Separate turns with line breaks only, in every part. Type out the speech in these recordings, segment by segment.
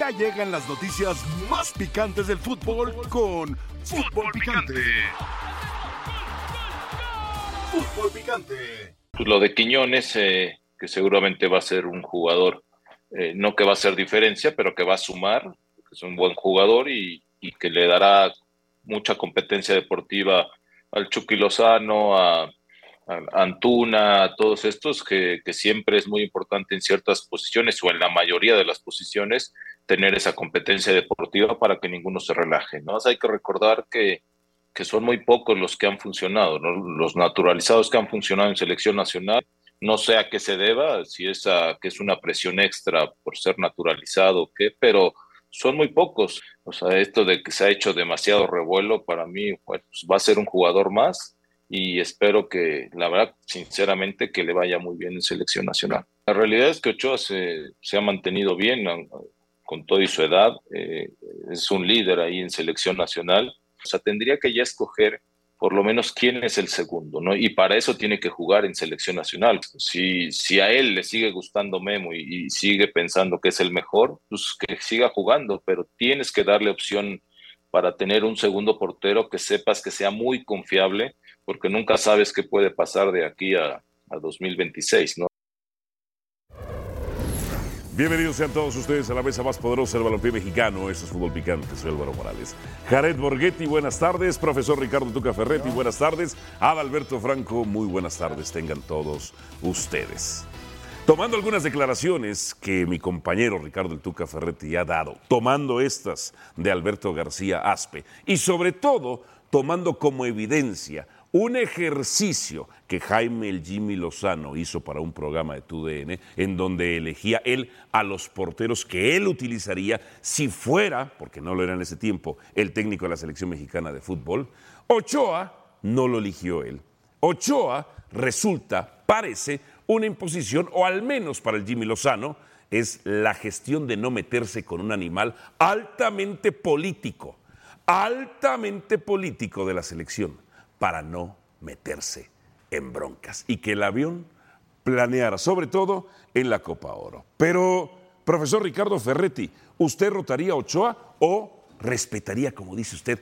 Ya llegan las noticias más picantes del fútbol con Fútbol Picante. Fútbol Picante.
Pues lo de Quiñones, eh, que seguramente va a ser un jugador, eh, no que va a ser diferencia, pero que va a sumar, que es un buen jugador y, y que le dará mucha competencia deportiva al Chucky Lozano, a, a Antuna, a todos estos, que, que, siempre es muy importante en ciertas posiciones o en la mayoría de las posiciones tener esa competencia deportiva para que ninguno se relaje. ¿no? O sea, hay que recordar que, que, son muy pocos los que han funcionado, ¿no? los naturalizados que han funcionado en selección nacional. No sé a qué se deba, si es a, que es una presión extra por ser naturalizado o qué, pero son muy pocos. O sea, esto de que se ha hecho demasiado revuelo, para mí pues, va a ser un jugador más y espero que, la verdad, sinceramente, que le vaya muy bien en selección nacional. La realidad es que Ochoa se, se ha mantenido bien con toda su edad, eh, es un líder ahí en selección nacional, o sea, tendría que ya escoger por lo menos quién es el segundo, ¿no? Y para eso tiene que jugar en selección nacional. Si, si a él le sigue gustando Memo y, y sigue pensando que es el mejor, pues que siga jugando, pero tienes que darle opción para tener un segundo portero que sepas que sea muy confiable, porque nunca sabes qué puede pasar de aquí a, a 2026, ¿no?
Bienvenidos sean todos ustedes a la mesa más poderosa del balompié mexicano. Esto es Fútbol Picante, soy Álvaro Morales. Jared Borghetti, buenas tardes. Profesor Ricardo Tuca Ferretti, buenas tardes. Adalberto Franco, muy buenas tardes. Tengan todos ustedes. Tomando algunas declaraciones que mi compañero Ricardo El Tuca Ferretti ha dado, tomando estas de Alberto García Aspe y sobre todo tomando como evidencia un ejercicio que Jaime el Jimmy Lozano hizo para un programa de TUDN en donde elegía él a los porteros que él utilizaría si fuera, porque no lo era en ese tiempo, el técnico de la selección mexicana de fútbol. Ochoa no lo eligió él. Ochoa resulta, parece, una imposición, o al menos para el Jimmy Lozano, es la gestión de no meterse con un animal altamente político, altamente político de la selección, para no meterse en broncas y que el avión planeara, sobre todo en la Copa Oro. Pero, profesor Ricardo Ferretti, ¿usted rotaría a Ochoa o respetaría, como dice usted,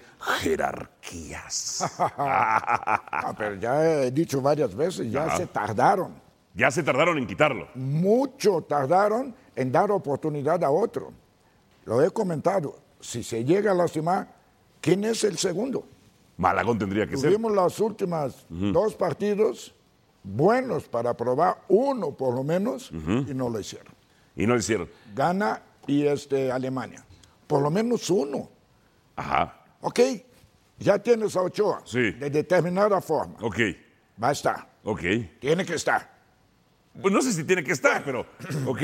jerarquías?
ah, pero ya he dicho varias veces, ya ah. se tardaron.
Ya se tardaron en quitarlo.
Mucho tardaron en dar oportunidad a otro. Lo he comentado. Si se llega a lastimar, ¿quién es el segundo?
Malagón tendría que
Tuvimos
ser.
Tuvimos los últimos uh -huh. dos partidos buenos para probar uno por lo menos uh -huh. y no lo hicieron.
Y no lo hicieron.
Gana y este, Alemania. Por lo menos uno.
Ajá.
Ok, ya tienes a Ochoa.
Sí.
De determinada forma.
Ok.
Va a estar.
Ok.
Tiene que estar.
Pues no sé si tiene que estar, pero. Ok.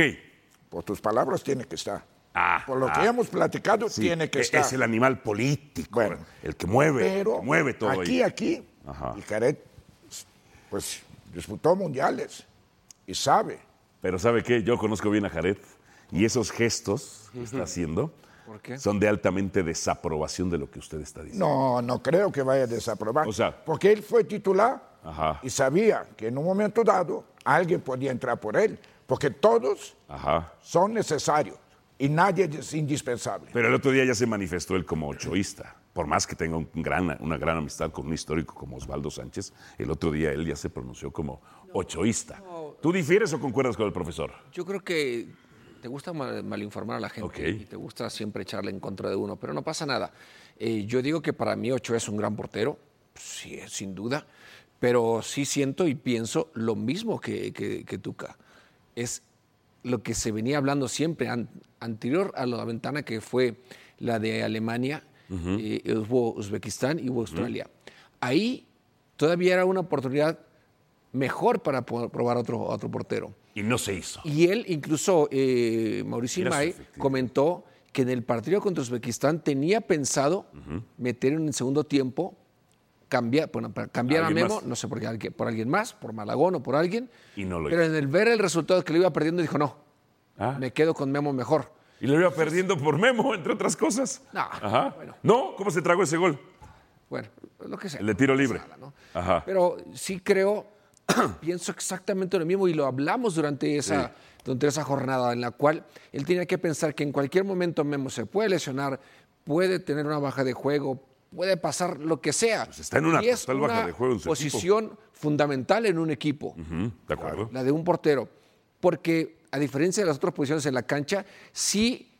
Por tus palabras tiene que estar.
Ah,
Por lo
ah,
que hemos platicado, sí, tiene que
es
estar.
Es el animal político, bueno, el que mueve,
pero
el que mueve todo.
Aquí, ahí. aquí, Ajá. y Caret, pues disputó mundiales y sabe.
Pero ¿sabe qué? Yo conozco bien a Jared y esos gestos que está haciendo son de altamente desaprobación de lo que usted está diciendo.
No, no creo que vaya a desaprobar.
O sea,
porque él fue titular
Ajá.
y sabía que en un momento dado alguien podía entrar por él, porque todos
Ajá.
son necesarios y nadie es indispensable.
Pero el otro día ya se manifestó él como ochoísta. Por más que tenga un gran, una gran amistad con un histórico como Osvaldo Sánchez, el otro día él ya se pronunció como ochoísta. No, no. ¿Tú difieres o concuerdas con el profesor?
Yo creo que te gusta mal, malinformar a la gente
okay.
y te gusta siempre echarle en contra de uno, pero no pasa nada. Eh, yo digo que para mí Ochoa es un gran portero, sí, eh, sin duda pero sí siento y pienso lo mismo que, que, que, Tuca. Es lo que se venía hablando siempre, an, anterior a la ventana que fue la de Alemania, uh -huh. eh, hubo Uzbekistán y hubo Australia. Uh -huh. Ahí todavía era una oportunidad mejor para poder probar otro, otro portero.
Y no se hizo.
Y él, incluso eh, Mauricio May, comentó que en el partido contra Uzbekistán tenía pensado uh -huh. meter en el segundo tiempo cambiar, bueno, para cambiar a Memo, más? no sé por qué, por alguien más, por Malagón o por alguien.
Y no lo
pero
hizo.
en el ver el resultado que le iba perdiendo, dijo, no,
¿Ah?
me quedo con Memo mejor.
Y lo iba perdiendo por Memo, entre otras cosas.
No,
Ajá.
Ah, Bueno.
no, ¿cómo se tragó ese gol?
Bueno, lo que sea.
El de tiro libre.
Sala, ¿no?
Ajá.
Pero sí creo pienso exactamente lo mismo y lo hablamos durante esa, durante esa jornada en la cual él tenía que pensar que en cualquier momento Memo se puede lesionar, puede tener una baja de juego, puede pasar lo que sea.
Pues está en una
y es
total baja
una
de juego en su equipo.
posición fundamental en un equipo
Ujú, ¿De acuerdo?
la de un portero, porque a diferencia de las otras posiciones en la cancha, sí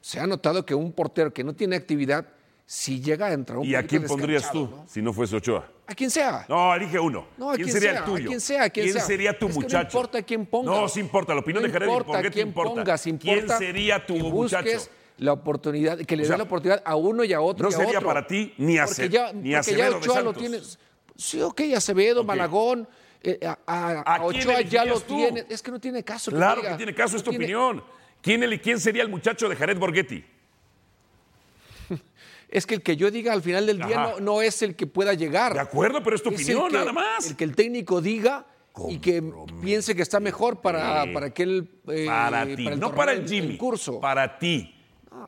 se ha notado que un portero que no tiene actividad, si llega a entrar un
¿Y a
poquito
quién pondrías tú
descanchado, ¿no?
si no fuese Ochoa?
A quien sea.
No, elige uno.
No, a
¿Quién, sería
sea,
el tuyo?
A quien sea, a quien sea.
sería tu
Es que
muchacho?
No importa quién ponga.
No, sí importa. La opinión
No
de Jared
importa
¿por qué te
quién
importa?
pongas,
¿Quién
importa
sería tu
que busques
muchacho?
La oportunidad, que le
O
dé
sea,
la oportunidad a uno y a otro.
no
y a
sería
otro.
para ti ni
Porque
Ace-
ya-
ni
porque ya
Acevedo de
Ochoa lo
Santos.
tienes. Sí, ok, Acevedo,
Ok.
Malagón. eh, a, a-
¿A
a
quién
Ochoa ya
elegirías
lo
tú?
tiene. Es que no tiene caso.
Claro
diga.
que tiene caso,
No
es tu
tiene-
opinión. ¿Quién, el- ¿Quién sería el muchacho de Jared Borghetti?
Es que el que yo diga al final del día
Ajá.
no, no es el que pueda llegar.
De acuerdo, pero es tu
el
opinión,
que-
nada más.
El que el técnico diga y que piense que está mejor para, para aquel. eh,
para ti,
el
no para
torneo
el
en-
Jimmy.
en curso.
Para ti.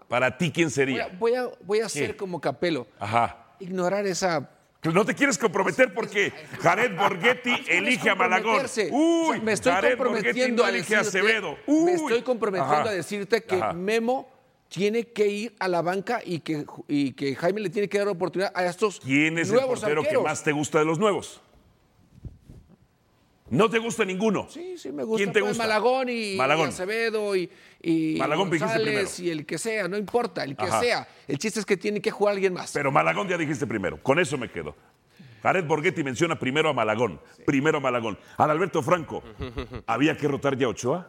Para ti, ¿quién
voy, a,
sería?
voy, a, voy a ser
¿Qué?
como Capelo.
Ajá.
Ignorar esa.
No te quieres comprometer porque Jared Borghetti elige a Malagón.
comprometerse. O
Uy,
sea, me estoy
Jared
comprometiendo
Borghetti no
a
elige a
decirte-
Acevedo.
Me
Uy.
estoy comprometiendo
Ajá.
a decirte que
Ajá.
Memo tiene que ir a la banca y que, y que Jaime le tiene que dar oportunidad a estos
¿Quién es el
nuevos
portero
arqueros.
que más te gusta de los nuevos? ¿No te gusta ninguno.
Sí, sí, me gusta.
¿Quién te
Pues,
gusta?
Malagón y,
Malagón.
y Acevedo y, y
Malagón dijiste
González
primero.
y el que sea, no importa, el que
Ajá.
sea. El chiste es que tiene que jugar alguien más.
Pero Malagón ya dijiste primero. Con eso me quedo. Jared Borghetti menciona primero a Malagón. Primero a Malagón. Al Alberto Franco. ¿Había que rotar ya a Ochoa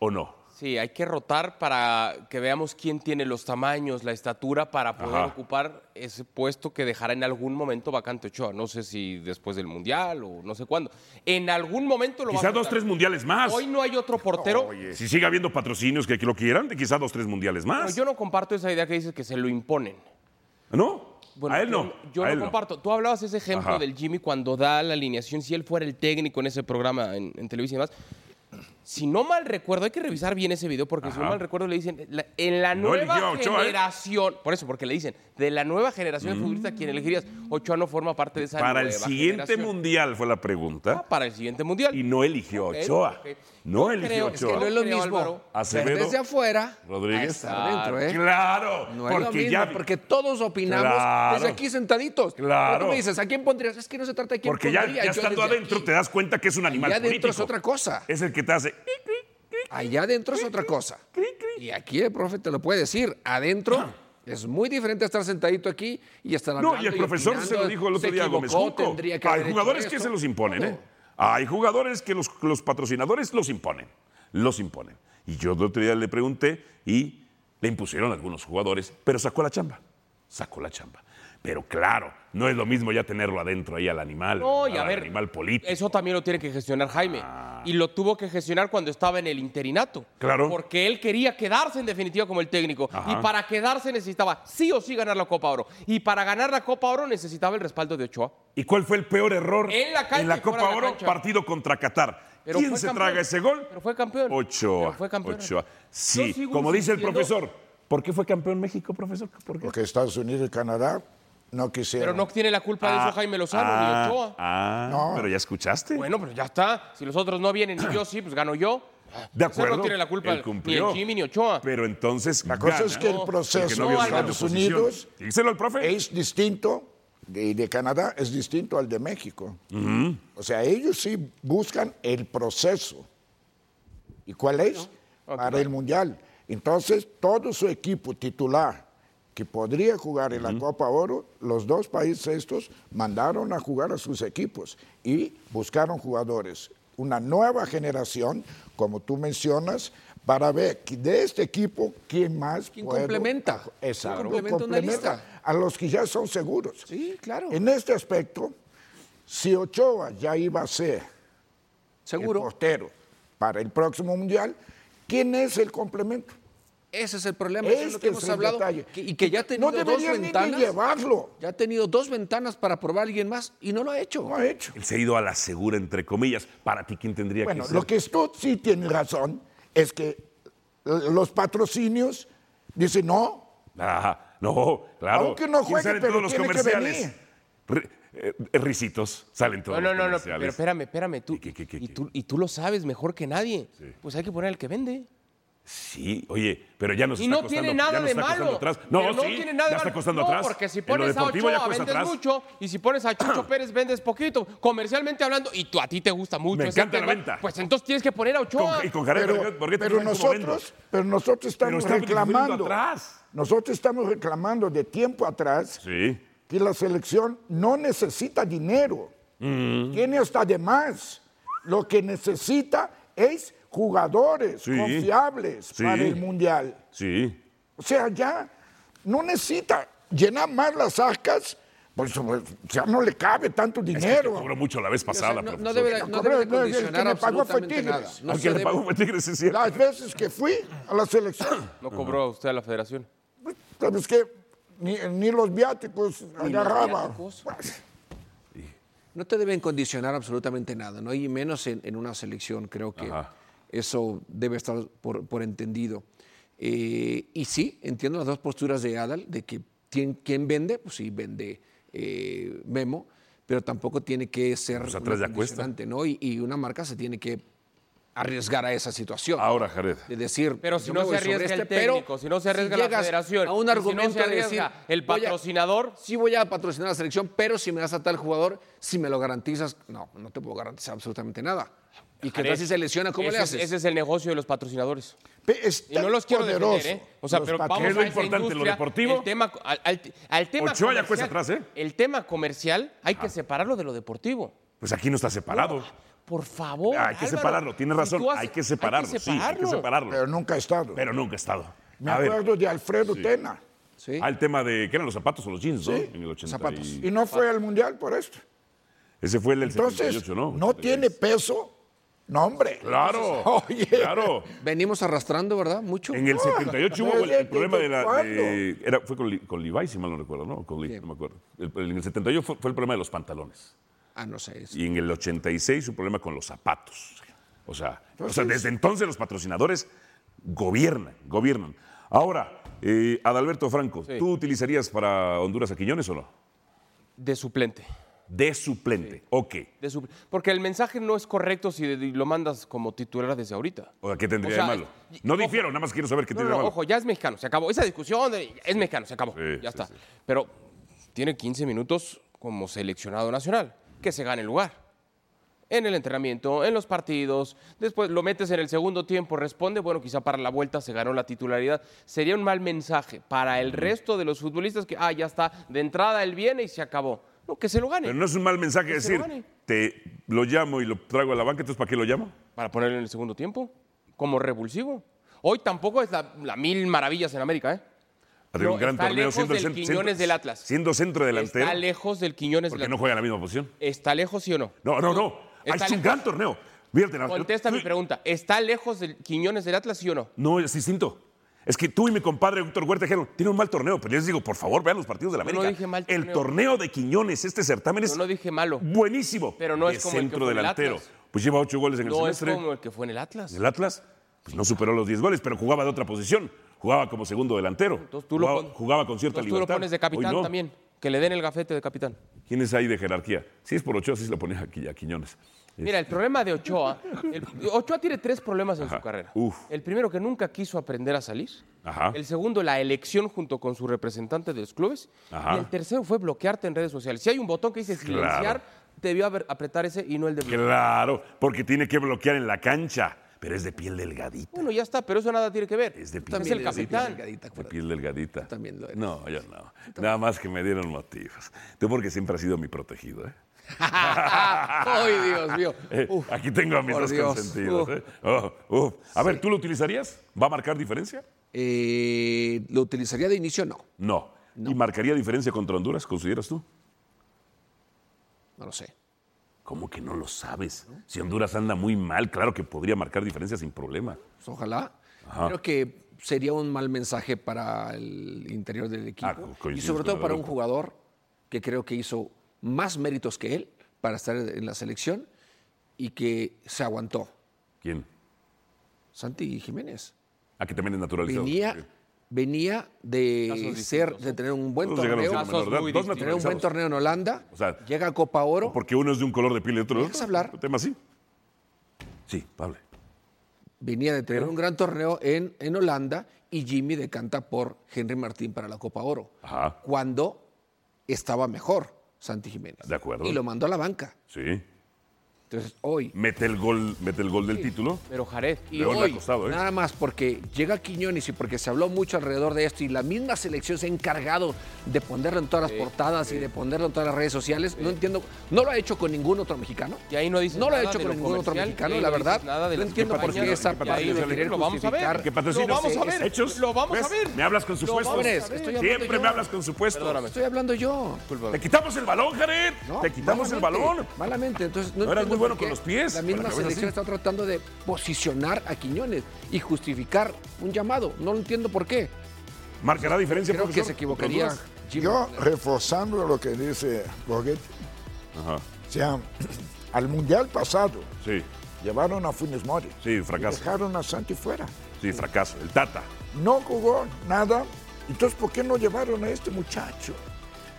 o no?
Ah, Sí, hay que rotar para que veamos quién tiene los tamaños, la estatura para poder
Ajá.
ocupar ese puesto que dejará en algún momento vacante Ochoa. No sé si después del Mundial o no sé cuándo. En algún momento lo va a
Quizás dos,
rotar.
tres mundiales más.
Hoy no hay otro portero.
Si sigue habiendo patrocinios que lo quieran, de quizás dos, tres mundiales
pero
más.
yo no comparto esa idea que dices que se lo imponen.
¿No?
Bueno,
a él
yo-
no.
Yo
a
lo
él no.
comparto. Tú hablabas ese ejemplo
Ajá.
del Jimmy cuando da la alineación, si él fuera el técnico en ese programa en, en televisión y demás. Si no mal recuerdo, hay que revisar bien ese video porque si no
Ajá.
mal recuerdo le dicen, la- en la
No eligió a
nueva
Ochoa, ¿eh? Mm.
generación, por eso, porque le dicen, de la nueva generación de futbolistas, ¿quién elegirías? Ochoa no forma parte de esa
Para el
nueva
siguiente
generación.
mundial fue la pregunta.
Ah, para el siguiente mundial.
Y no eligió a
Ok,
Ochoa.
ok.
No
Yo
eligió
creo-
a
es que
Ochoa.
no es lo
creo,
mismo
Álvaro.
Acevedo.
ver desde afuera
Rodríguez.
a estar adentro, ¿eh?
Claro,
No es
porque
lo mismo,
ya vi-
porque todos opinamos
Claro.
desde aquí sentaditos. Pero
Claro.
Tú me dices, ¿a quién pondrías? Es que no se trata de quién
porque ya,
pondría,
ya
yo
estando
desde
adentro
aquí.
te das cuenta que es un animal
Allá adentro
político.
es otra cosa.
Es el que te hace
Allá adentro es otra cosa. Y aquí el profe te lo puede decir. Adentro es muy diferente estar sentadito aquí y estar hablando.
No, y el profesor se lo
opinando.
dijo el otro
Se
día a Gómez
equivocó,
Junco.
tendría que haber
Hay
hecho
jugadores que
esto.
se los imponen, ¿eh?
Todo.
Hay jugadores que los, los patrocinadores los imponen. Los imponen. Y yo el otro día le pregunté y le impusieron a algunos jugadores, pero sacó la chamba. Sacó la chamba. Pero claro, no es lo mismo ya tenerlo adentro ahí al animal.
No, y
al
a ver,
animal político. Ah.
eso también lo tiene que gestionar Jaime. Y lo tuvo que gestionar cuando estaba en el interinato.
Claro.
Porque él quería quedarse en definitiva como el técnico.
Ajá.
Y para quedarse necesitaba sí o sí ganar la Copa Oro. Y para ganar la Copa Oro necesitaba el respaldo de Ochoa.
¿Y cuál fue el peor error
En la cancha y fuera
Copa
de la
Oro
cancha.
partido contra Qatar?
Pero
¿Quién
fue
se
campeón.
traga ese gol?
Pero fue campeón.
Ochoa.
Pero fue campeón.
Ochoa.
Yo
Sí,
sigo
como dice el
insistiendo-
profesor. ¿Por qué fue campeón México, profesor? ¿Por qué?
Porque Estados Unidos y Canadá no
Pero
quisieron.
no tiene la culpa de
Ah,
eso Jaime Lozano
ah,
ni Ochoa.
Ah,
No.
pero ya escuchaste.
Bueno, pues ya está. Si los otros no vienen y yo sí, pues gano yo. Ese
de acuerdo.
No tiene la culpa
él
ni el
cumplió.
Jimmy ni Ochoa.
Pero entonces.
La cosa
gana
es que el
porque
proceso
vio
de
cambio de
Estados
posición.
Unidos
Díselo al profe.
es distinto de, de Canadá, es distinto al de México. O sea, ellos sí buscan el proceso. ¿Y cuál es? Para el Mundial. Entonces, todo su equipo titular que podría jugar en la Copa Oro, los dos países estos mandaron a jugar a sus equipos y buscaron jugadores. Una nueva generación, como tú mencionas, para ver que de este equipo, ¿quién más
¿Quién
puedo-
complementa?
Exacto.
¿Quién complementa una lista?
A los que ya son seguros.
Sí, claro.
En este aspecto, si Ochoa ya iba a ser el
Seguro.
portero para el próximo mundial, ¿quién es el complemento?
Ese es el problema, eso es lo
Este
que hemos
el
hablado.
detalle.
que- y que ya ha tenido
no
dos
deberían ni-
ventanas.
ni llevarlo.
Ya ha tenido dos ventanas para probar a alguien más y no lo ha hecho.
No ha hecho.
Él se ha ido a la segura, entre comillas. Para ti, ¿quién tendría
Bueno,
que ser?
lo que Stott sí tiene razón es que eh, los patrocinios dicen no.
Ajá. No, claro.
Aunque no
¿Quién
juegue,
sale en
pero
todos los
tiene que
comerciales?
venir.
Re- eh, risitos, salen todos
No, no, no,
los
no, pero
comerciales.
espérame, espérame. Tú,
¿Y qué, qué, qué,
y,
qué?
tú, y tú lo sabes mejor que nadie. Pues hay que poner al que vende.
Sí, oye, pero ya nos
Y
está
no
costando,
tiene
ya
nada
nos
de
está
malo.
costando atrás. No,
Pero
sí,
tiene nada
ya
de
está
malo.
costando
No,
atrás.
porque si
En lo
pones a
deportivo ya
Ochoa,
cuesta
vendes
atrás.
mucho. Y si pones a Chucho Pérez, vendes poquito. Comercialmente hablando, y tú, a ti te gusta mucho.
Me
ese
encanta la
tema,
venta.
Pues entonces tienes que poner a Ochoa.
Con- y con Jared
Pero,
Borghetti, Borghetti
pero
no hay como
nosotros,
vendo.
pero nosotros estamos
está
reclamando.
viviendo atrás.
Nosotros estamos reclamando de tiempo atrás
Sí.
que la selección no necesita dinero.
Mm.
Tiene hasta de más. Lo que necesita es jugadores
Sí.
confiables
Sí.
para el Mundial.
Sí.
O sea, ya no necesita llenar más las arcas, por eso pues, ya no le cabe tanto dinero.
Cobró mucho la vez
O sea,
pasada,
no, no
profesor.
debe, de- no debe de
Cobró, no, el que
condicionar
me pagó fue
absolutamente
Tigres.
nada. No
Al
se
que le
debe-
pagó fue Tigres, es cierto.
Las veces que fui a la selección,
No cobró usted a la federación.
¿sabes qué? Ni, ni los viáticos agarraba. Pues,
No te deben condicionar absolutamente nada, ¿no? Y menos en, en una selección, creo que
Ajá.
eso debe estar por, por entendido. Eh, y sí, entiendo las dos posturas de Adal, de que ¿quién, quién vende? Pues sí, vende eh, Memo, pero tampoco tiene que ser
Pues atrás
una
de Acuesta.
condicionante, ¿no? Y, y una marca se tiene que arriesgar a esa situación.
Ahora, Jared.
De decir,
Pero si
yo
no
me
se
voy sobre
arriesga el
este, pero
técnico, si no se arriesga la
llegas
federación,
A un
y si no
argumento
se
de
arriesga
decir,
el
voy a-
patrocinador.
sí voy a patrocinar a la selección, pero si me das a tal jugador, si me lo garantizas, no, no te puedo garantizar absolutamente nada. Y que tal si se lesiona, ¿cómo
Ese
le
es-
haces?
Ese es el negocio de los patrocinadores.
pe- es
Y no
tan
los quiero
poderoso,
defender, ¿eh? O sea,
los
pero vamos
patrones.
¿Qué es lo
a esa
importante, lo
industria,
deportivo?
El tema, al, al- al tema
Ochoa ya
comercial.
cuesta atrás, ¿eh?
El tema comercial hay que separarlo de lo deportivo.
Pues aquí no está separado.
Por favor.
Hay que
Álvaro,
separarlo, tienes
si
razón.
tú haces-
Hay que separarlo, sí, hay que separarlo.
Pero
Pero,
nunca he estado.
nunca ha estado.
Me
A ver,
acuerdo de Alfredo Tena.
Sí.
Ah, el tema de que eran los zapatos o los jeans, ¿no?
Sí,
en el 80
zapatos.
y-
Y no fue al Mundial por esto.
Ese fue el del
Entonces,
78, ¿no?
no, tiene peso. No, hombre.
Claro.
Oye.
Claro.
Venimos arrastrando, ¿verdad? Mucho.
En el 78 hubo el,
Ah, ¿Desde
el problema de la.
cuándo?
de- era, fue con, Li- con Levi, si mal no recuerdo, ¿no? Con Lee, no me acuerdo. El- el- en el 78 fue, fue el problema de los pantalones.
Ah, no sé. es-
Y en el 86 su problema con los zapatos. O sea, o sea, desde entonces los patrocinadores gobiernan, gobiernan. Ahora, eh, Adalberto Franco, ¿tú utilizarías para Honduras a Quiñones o no?
De suplente.
De suplente. Ok.
de su- porque el mensaje no es correcto si de- lo mandas como titular desde ahorita.
O sea, ¿qué
O
tendría
sea,
de malo?
es-
No
ojo.
difiero, nada más quiero saber qué
No,
tiene
no,
de malo.
ojo, ya es mexicano, se acabó. Esa discusión de- es mexicano, se acabó.
Sí, sí,
ya está.
sí.
Pero tiene 15 minutos como seleccionado nacional, que se gane el lugar. En el entrenamiento, en los partidos, después lo metes en el segundo tiempo, responde, bueno, quizá para la vuelta se ganó la titularidad. Sería un mal mensaje para el resto de los futbolistas que, ah, ya está, de entrada él viene y se acabó. No, que se lo gane.
Pero no es un mal mensaje
Que se
decir,
lo gane.
te lo llamo y lo traigo a la banca, entonces ¿para qué lo llamo?
para ponerlo en el segundo tiempo, como revulsivo. Hoy tampoco es la, la mil maravillas en América, ¿eh?
Ha tenido
No, está lejos del
cen-
Quiñones del Atlas.
Siendo centro delantero.
Está lejos del Quiñones.
porque
la-
no juega en la misma posición.
¿Está lejos, sí o no?
No, no, no. Ha
Está
hecho un
lejos.
gran torneo. Fíjate, la-
Contesta
tú-
mi pregunta. ¿Está lejos del Quiñones del Atlas, sí o no?
No, es distinto. Es que tú y mi compadre Héctor Huerta dijeron, tiene un mal torneo, pero yo les digo, por favor, vean los partidos de la
Yo no
América.
dije mal
El
torneo.
torneo de Quiñones, este certamen es
Yo no dije malo.
buenísimo.
Pero no
De
es como el que
centro
fue el
delantero.
Atlas.
pues lleva ocho goles en el
No es
semestre.
como el que fue en el Atlas.
El Atlas pues no superó los 10 goles, pero jugaba de otra posición. Jugaba como segundo delantero.
Entonces tú lo
jugaba,
pon-
jugaba con cierta
Entonces tú lo
libertad.
pones de capitán
Hoy no.
también. Que le den el gafete de capitán.
¿Quién es ahí de jerarquía? Si es por Ochoa, sí se lo ponía aquí a Quiñones.
Mira, el problema de Ochoa. el- Ochoa tiene tres problemas en
Este. Ajá.
su carrera.
Uf.
El primero, que nunca quiso aprender a salir.
Ajá.
El segundo, la elección junto con su representante de los clubes.
Ajá.
Y el tercero fue bloquearte en redes sociales. Si hay un botón que dice
Claro.
silenciar, debió haber, apretar ese y no el de bloquear.
Claro, porque tiene que bloquear en la cancha, pero es de piel delgadita.
Bueno, ya está, pero eso nada tiene que ver.
Es de
Tú también
piel.
También
el
eres de piel
capitán.
delgadita,
De
acuérdate.
piel delgadita.
también lo eres.
No, yo no. Nada más que me dieron motivos. Tú porque siempre has sido mi protegido, ¿eh?
¡Ay, Dios mío!
Eh,
Uf,
Aquí tengo a mis
por
dos
Dios.
consentidos.
Uf.
¿eh? Oh, uf. A ver, ¿tú lo utilizarías? ¿Va a marcar diferencia?
Eh, ¿Lo utilizaría de inicio? No,
No. ¿Y marcaría diferencia contra Honduras, consideras tú?
no lo sé.
¿Cómo que no lo sabes? Si Honduras anda muy mal, claro que podría marcar diferencia sin problema.
Pues, ojalá. Creo que sería un mal mensaje para el interior del equipo
Ah, co-
y
coincido
sobre
con
todo para un
Adolfo.
jugador que creo que hizo más méritos que él para estar en la selección y que se aguantó.
¿Quién?
Santi Jiménez
Ah, que también es naturalizado.
venía venía de
Casos
ser,
distintos,
de tener un buen
Todos llegaron
torneo,
siendo menor de edad,
muy
dos
distintos.
tener un buen
naturalizados.
torneo en Holanda,
O sea,
llega a Copa Oro,
Porque uno es de un color de piel y otro de
¿Me
otro.
dejas hablar?
Un tema así. Sí, Pablo.
venía de tener un gran torneo en, en Holanda y Jimmy decanta por Henry Martín para la Copa Oro,
Ajá.
cuando estaba mejor Santi Jiménez.
De acuerdo.
Y lo mandó a la banca.
Sí.
Entonces, hoy,
Mete el gol, mete el gol del título.
Pero Jared,
y
León le ha
hoy,
costado, ¿eh?
nada más porque llega Quiñones y porque se habló mucho alrededor de esto y la misma selección se ha encargado de ponerlo en todas las portadas y de ponerlo en todas las redes sociales. No entiendo, no lo ha hecho con ningún otro mexicano.
Y ahí no dices
No lo ha
nada
hecho
de
con
lo
ningún otro
comercial, y
mexicano,
ahí
la
no dices
verdad.
nada de
no
las
entiendo por qué
campañas,
esa
que
parte de
patrocinios,
querer
lo vamos a ver.
justificar.
Que patrocinios,
Lo vamos a
eh,
ver,
Hechos.
lo vamos a
¿Ves?
ver.
Me hablas con supuestos.
vamos a ver.
Estoy hablando
Siempre
yo.
me hablas con supuestos.
Perdóname.
Estoy hablando yo.
Te quitamos el balón, Jared.
No,
Te quitamos el
malamente,
balón.
Malamente, entonces no,
No eras
entiendo
muy bueno
por qué
con los pies,
La
con la
misma
cabeza
selección
así.
está tratando de posicionar a Quiñones y justificar un llamado. No lo entiendo por qué.
Marcará diferencia,
Creo que
profesor,
se
contra
equivocaría.
Honduras.
Jimmy.
Yo, reforzando lo que dice Borghetti,
Ajá.
o sea, al mundial pasado
Sí,
llevaron a Funes Mori.
sí,
y
fracaso.
Dejaron a Santi fuera.
Sí, fracaso. El Tata.
No jugó nada. Entonces, ¿por qué no llevaron a este muchacho?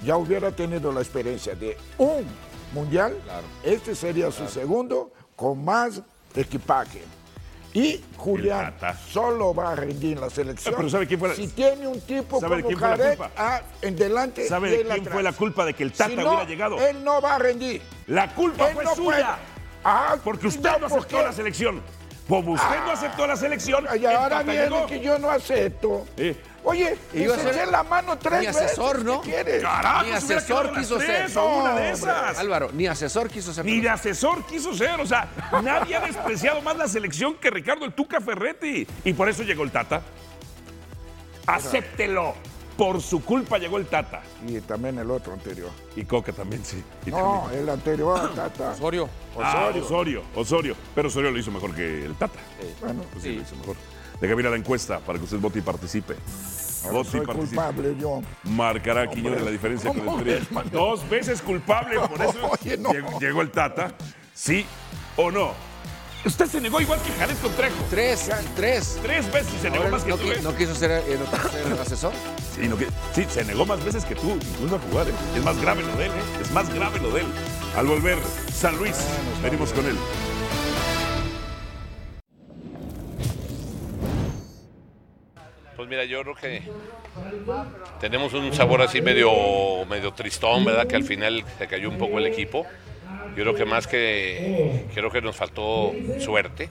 Ya hubiera tenido la experiencia de un mundial. Este sería su segundo con más equipaje. Y Julián
El Tata.
solo va a rendir en la selección.
Ah, pero ¿sabe quién fue la-
Si tiene un tipo
¿Sabe de
como
quién fue la
Jared
culpa?
ah, en delante
¿Sabe
y
de
él
quién
atrás.
fue la culpa de que el Tata
Si no,
hubiera llegado?
Él no va a rendir.
La culpa
Él
fue
no puede.
suya.
Ah,
Porque usted
no,
no aceptó
porque-
la selección. Como usted no aceptó la selección,
Y
el
ahora
Tata
viene
llegó.
que yo no acepto.
Sí.
Oye,
Y
y
yo
yo
hacer-
la mano tres
mi asesor,
veces,
¿no?
¿Qué quieres?
Carajo,
Ni
se hubiera
asesor
quedado en las
quiso ser.
tres o una de
No, hombre,
esas.
Álvaro, ni asesor quiso ser.
Ni de asesor quiso ser, o sea, nadie ha despreciado más la selección que Ricardo el Tuca Ferretti. Y por eso llegó el Tata. Acéptelo. Por su culpa llegó el Tata.
Y también el otro anterior.
Y Coca también, sí. Y
No, el anterior, Tata.
Osorio.
Ah, Osorio, Osorio. Pero Osorio lo hizo mejor que el Tata.
Bueno,
Pues sí, lo hizo mejor. Deja mirar la encuesta para que usted vote y participe.
ahora
Vote y
soy
participe.
culpable yo.
Marcará Quiñones la diferencia con el Tri. Dos veces culpable, por eso
Oye, no.
llegó, llegó el Tata. ¿Sí o no? Usted se negó igual que Jared Contrejo.
Tres, tres.
Tres veces se negó
Ahora,
más que
no,
tú.
qui-
¿eh?
no quiso ser, eh, no quiso ser asesor.
Sí, no que- sí, se negó más veces que tú. Incluso a jugar. ¿eh? Es más grave lo de él. ¿eh? Es más grave lo de él. Al volver, San Luis. Venimos con él.
Pues mira, yo creo que tenemos un sabor así medio, medio tristón, ¿verdad? Que al final se cayó un poco el equipo. Yo creo que más que creo que nos faltó suerte.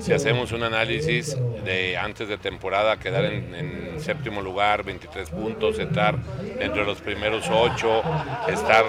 Si hacemos un análisis de antes de temporada, quedar en, en séptimo lugar, 23 puntos, estar entre los primeros ocho, estar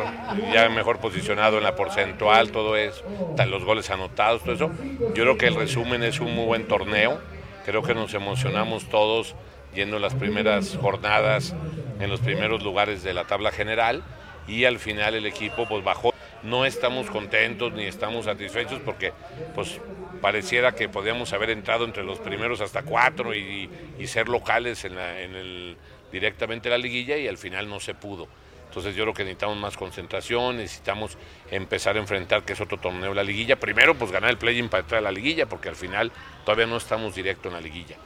ya mejor posicionado en la porcentual, todo eso, ta- los goles anotados, todo eso. Yo creo que el resumen es un muy buen torneo creo que nos emocionamos todos yendo en las primeras jornadas, en los primeros lugares de la tabla general y al final el equipo pues bajó. No estamos contentos ni estamos satisfechos porque pues pareciera que podíamos haber entrado entre los primeros hasta cuatro y, y ser locales en la- en el, directamente la liguilla y al final no se pudo. Entonces yo creo que necesitamos más concentración, necesitamos empezar a enfrentar que es otro torneo la liguilla. Primero, pues ganar el play-in para entrar a la liguilla, porque al final todavía no estamos directo en la liguilla.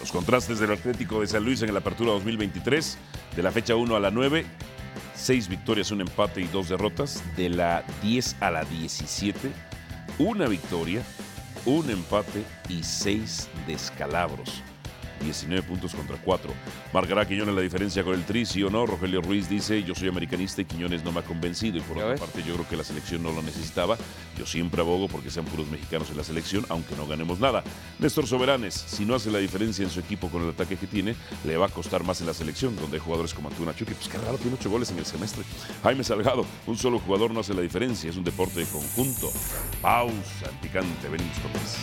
Los contrastes del Atlético de San Luis en la apertura 2023, de la fecha 1 a la 9, 6 victorias, un empate y dos derrotas, de la 10 a la 17, una victoria, un empate y 6 descalabros. 19 puntos contra 4. Marcará Quiñones la diferencia con el Tri, sí o no. Rogelio Ruiz dice, yo soy americanista y Quiñones no me ha convencido. Y por
Ya
otra
ves.
parte, yo creo que la selección no lo necesitaba. Yo siempre abogo porque sean puros mexicanos en la selección, aunque no ganemos nada. Néstor Soberanes, si no hace la diferencia en su equipo con el ataque que tiene, le va a costar más en la selección, donde hay jugadores como Antuna Chucky, pues qué raro, tiene ocho goles en el semestre. Jaime Salgado, un solo jugador no hace la diferencia, es un deporte de conjunto. Pausa, en picante, venimos con más.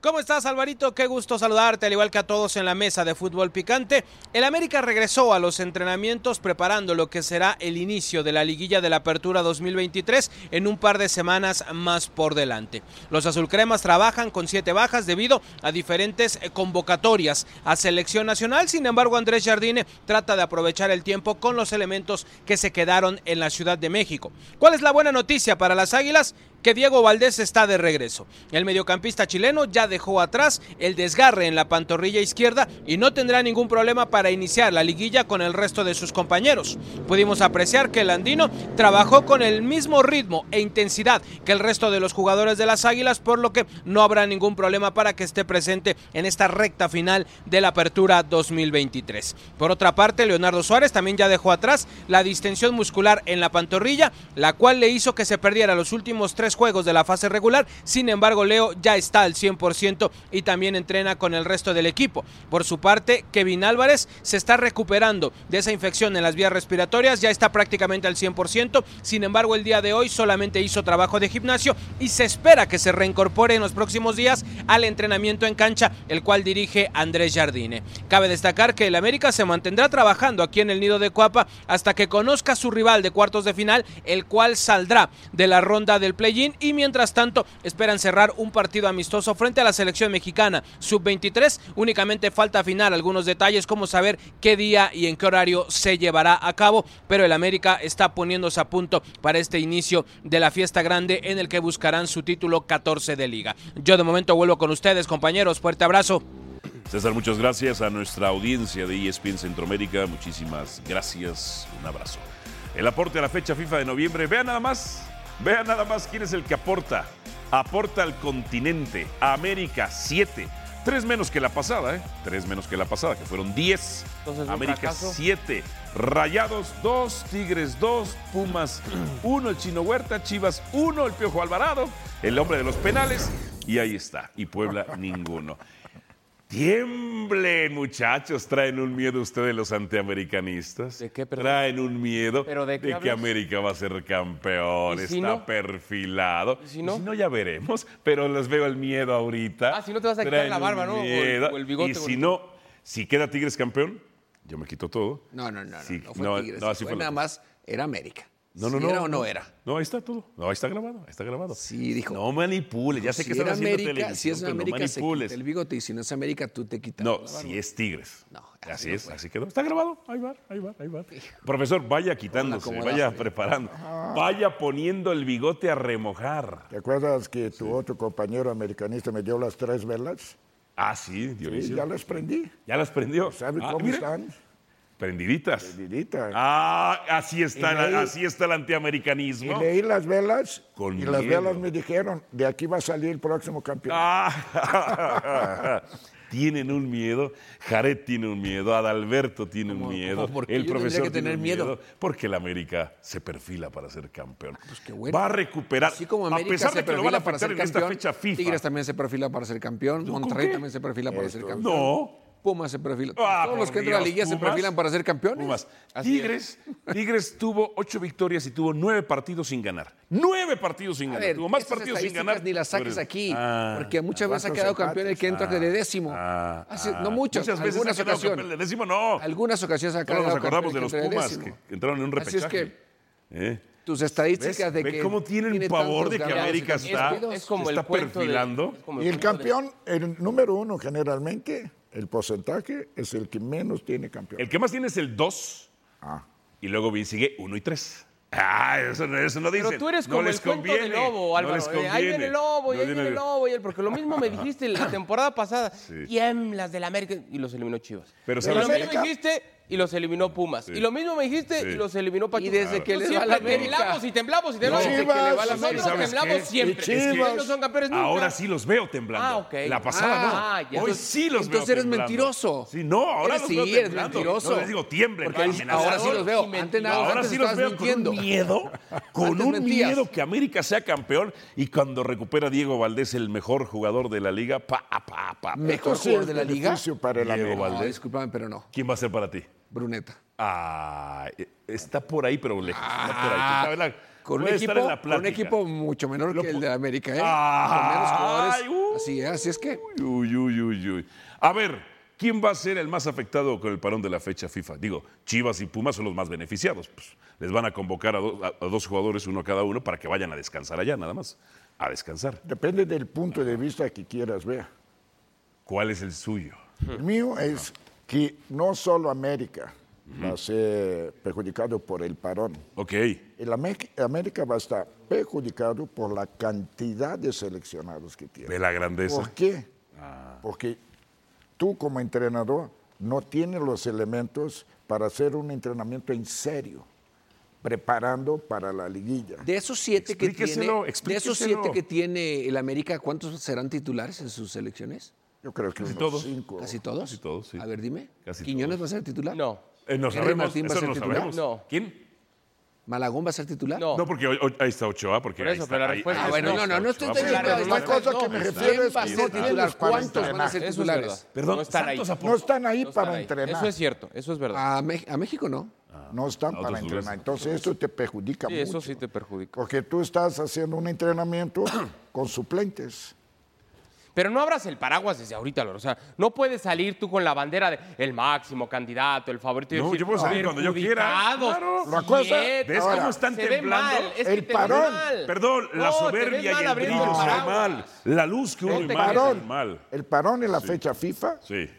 ¿Cómo
¿Cómo estás, Alvarito? Qué gusto saludarte, al igual que a todos en la mesa de fútbol picante. El América regresó a los entrenamientos preparando lo que será el inicio de la liguilla de la Apertura 2023 en un par de semanas más por delante. Los azulcremas trabajan con siete bajas debido a diferentes eh, convocatorias a selección nacional. Sin embargo, Andrés Jardine trata de aprovechar el tiempo con los elementos que se quedaron en la Ciudad de México. ¿Cuál es la buena noticia para las Águilas? que Diego Valdés está de regreso. El mediocampista chileno ya dejó atrás el desgarre en la pantorrilla izquierda y no tendrá ningún problema para iniciar la liguilla con el resto de sus compañeros. Pudimos apreciar que el andino trabajó con el mismo ritmo e intensidad que el resto de los jugadores de las Águilas, por lo que no habrá ningún problema para que esté presente en esta recta final de la apertura 2023. Por otra parte, Leonardo Suárez también ya dejó atrás la distensión muscular en la pantorrilla, la cual le hizo que se perdiera los últimos tres juegos de la fase regular. Sin embargo, Leo ya está al 100% y también entrena con el resto del equipo. Por su parte, Kevin Álvarez se está recuperando de esa infección en las vías respiratorias, ya está prácticamente al 100%. Sin embargo, el día de hoy solamente hizo trabajo de gimnasio y se espera que se reincorpore en los próximos días al entrenamiento en cancha, el cual dirige Andrés Jardine. Cabe destacar que el América se mantendrá trabajando aquí en el nido de Cuapa hasta que conozca a su rival de cuartos de final, el cual saldrá de la ronda del play y mientras tanto esperan cerrar un partido amistoso frente a la selección mexicana sub-23. Únicamente falta afinar algunos detalles como saber qué día y en qué horario se llevará a cabo, pero el América está poniéndose a punto para este inicio de la fiesta grande en el que buscarán su título 14 de liga. Yo de momento vuelvo con ustedes compañeros, fuerte abrazo.
César, muchas gracias a nuestra audiencia de E ESPN Centroamérica, muchísimas gracias, un abrazo. El aporte a la fecha FIFA de noviembre, vean nada más, Vean nada más quién es el que aporta. Aporta al continente, a América 7. Tres menos que la pasada, ¿eh? Tres menos que la pasada, que fueron 10.
Entonces, ¿un
América
fracaso?
7. Rayados 2, Tigres 2, Pumas 1, el Chino Huerta, Chivas 1, el Piojo Alvarado, el hombre de los penales. Y ahí está. Y Puebla ninguno. Tiemblen, muchachos. Traen un miedo ustedes los antiamericanistas.
¿De qué, perdón?
Traen un miedo
¿Pero de qué
que
hablas?
América va a ser campeón.
¿Y si
está
no?
perfilado.
¿Y si no?
Y ya veremos, pero les veo el miedo ahorita.
Ah, si no te vas a quitar
Traen
la barba,
un
¿no? O el-
miedo.
o el bigote
Y si
bonito.
no, si queda Tigres campeón, yo me quito todo.
No, no, no, no,
Sí,
no fue
no,
Tigres.
no, así
fue
fue
nada
la cosa.
más, era América.
No, no,
Si
no.
¿Era o no era?
No, ahí está todo. No, ahí está grabado, ahí está grabado.
Sí, dijo.
No manipules, ya sé
si
que están
era
haciendo
América,
televisión,
si es
pero no
América se
manipules.
quita el bigote y si no es América tú te quitas.
No,
la
si
barba.
es Tigres.
No, así
así
no
es,
fue.
así quedó. Está grabado. Ahí va, ahí va, ahí va. Profesor, vaya quitándose,
acomodaste.
vaya preparando. Vaya poniendo el bigote a remojar.
¿Te acuerdas que tu otro compañero americanista me dio las tres velas?
Ah, sí, Dionisio.
Y ya las prendí.
Ya las prendió.
¿Sabes
Ah,
cómo
mira,
están?
Prendiditas.
Lidita.
Ah, así está,
Y leí-
la- así está el
y
antiamericanismo.
leí las velas
Con
y las
miedo.
velas me dijeron, de aquí va a salir el próximo campeón.
Ah, tienen un miedo. Jared tiene un miedo. Adalberto tiene un miedo.
cómo? ¿Por qué
El
yo tendría
profesor
que
tiene
tener
un
miedo? Ah,
Porque el América se perfila para ser campeón.
pues qué bueno.
Va a recuperar.
Así como América
a pesar
se
de que lo
perfila
van a
para
afectar
ser
en
campeón,
esta fecha FIFA.
Tigres también se perfila para ser campeón, Monterrey
qué?
también se perfila para ser campeón.
No.
Pumas se perfila.
Ah,
Todos los
por
que entran a la
Dios,
liga se
Pumas,
perfilan para ser campeones.
Pumas. Tigres, Tigres tuvo ocho victorias y tuvo nueve partidos sin ganar. Nueve partidos sin
A
ganar.
ver,
tuvo más
estas
partidos sin
estadísticas
ganar.
ni las saques
Pero-
aquí,
Ah,
porque muchas veces ha
¿cuántos
quedado campeón el
empates?
que entra de décimo.
ah,
Hace-
ah.
no muchas,
veces
algunas
ha quedado campeón
ocasiones.
el décimo no.
Algunas ocasiones ha
Ahora
quedado
nos
campeón
acordamos
el
de los
que entra
Pumas
décimo.
que entraron en un
Así
repechaje.
es que
¿Eh?
tus
¿Ves?
estadísticas de
¿Ve
que
cómo tienen
tiene
pavor
tantos
de que
ganados y
América
tantos
está,
perdidos?
es como
se
el
está
cuento del-
perfilando?
es como
Y el
cuento del-
campeón, el número uno generalmente, el porcentaje es el que menos tiene campeón.
El que más tiene es el 2
Ah.
y luego bien sigue 1 y 3. Ah, eso, no- eso no dicen.
Pero tú eres
No
como
les
el cuento
conviene.
del lobo,
No
Álvaro.
les
de,
¿eh?
ahí viene
conviene.
el lobo, y
No
ahí
tiene-
viene el lobo, y el, porque lo mismo me dijiste la temporada pasada. ¿Quién las del América? Y los eliminó Chivas.
Pero
y
¿sabes
lo
qué?
mismo me dijiste y los eliminó Pumas. Y lo mismo me dijiste
Sí.
y los eliminó Pachuca.
desde que
Tú
le va
siempre
la América.
temblamos y temblamos y temblamos.
Desde que
Chivas,
le va la
nosotros
América.
temblamos
¿Sabes qué?
siempre.
Y Chivas.
Ellos no son campeones nunca.
Ahora sí los veo temblando.
Ah, ok.
La pasada
Ah,
no.
ya.
Hoy
Entonces-
sí los veo
entonces eres
temblando.
mentiroso.
Sí, no, ahora
Eres-
los veo
sí, eres
temblando.
mentiroso.
No les digo tiemblen.
Porque ahora sí
amenazador.
los veo.
Y
Antes nada,
mentiroso.
Ahora
antes
sí los
estabas
veo
mintiendo.
con un miedo, con
Antes
un
mentías.
miedo que América sea campeón y cuando recupera Diego Valdés, el mejor jugador de la liga, pa, pa, pa.
Mejor
Entonces,
jugador de la liga.
beneficio para el
Diego
América.
No,
Valdés.
discúlpame, pero no.
¿Quién va a ser para ti?
Bruneta.
Ah, eh, está por ahí, pero lejos. está Ah, por ahí. Está en la-
Ah, Con un,
puede estar
equipo,
en la
con un
plática.
equipo mucho menor que el de América, ¿eh? Con menos
Ah,
jugadores.
ay, uh,
Así es, así es que
Uy, uy, uy, uy. A ver, ¿quién va a ser el más afectado con el parón de la fecha FIFA? Digo, Chivas y Pumas son los más beneficiados. Pues, les van a convocar a, do- a- a dos jugadores, uno cada uno, para que vayan a descansar allá, nada más. A descansar.
Depende del punto de vista que quieras ver.
¿Cuál es el suyo?
El mío es que no solo América va a ser perjudicado por el parón.
Ok.
El Amé- América va a estar perjudicado por la cantidad de seleccionados que tiene.
Ve la grandeza. Ah.
¿Por qué? Porque tú como entrenador no tienes los elementos para hacer un entrenamiento en serio, preparando para la liguilla.
de esos siete que
Explíqueselo,
tiene, de esos
explíqueselo.
siete que tiene el América, ¿cuántos serán titulares en sus selecciones?
Yo creo que unos
todos.
cinco.
Casi todos.
Casi todos, sí.
A ver, dime.
Casi
¿Quiñones va a ser titular?
No.
Eh, no
¿Henry
sabemos.
Martín va a
Eso
ser
no
titular?
sabemos.
No.
¿Quién?
¿Malagón va a ser titular?
No.
No, porque hoy- hoy- ahí está Ochoa, porque
Por
ahí
eso,
está,
pero la
ahí-
respuesta
Ah,
ahí
bueno,
está
no, no, no
Ochoa.
estoy
Pues, Vamos a
diciendo
hablar de
está-
una cosa
que me
no,
refiero
¿Quién
es
va a
que
ser
tienen
titular?
para
¿Cuántos van a
entrenar.
ser
Eso es
titulares?
verdad.
Perdón,
No están ahí.
Santos aportó-
No están ahí
No están
para
ahí.
entrenar.
Eso es cierto, eso es verdad.
A, Mex- a México no.
Ah,
No están
A
para
otros lugares.
entrenar. Entonces eso te perjudica
Sí,
mucho.
eso sí te perjudica.
Porque tú estás haciendo un entrenamiento con suplentes.
Pero no abras el paraguas desde ahorita, Loro. O sea, no puedes salir tú con la bandera de el máximo candidato, el favorito. y
No,
decir,
yo puedo salir cuando yo quiera.
"Perjudicados,
Claro.
La cosa-
siete".
¿Ves
Ahora,
cómo están
Se ve
temblando?
mal, es que
¿eh? El
te ves
parón.
mal.
Perdón, la
No, te
soberbia
ves mal
y el
abriendo
brillo se ve
paraguas.
mal. La luz que uno
Este
emana es
Parón.
el mal.
El parón en la fecha FIFA,
Sí.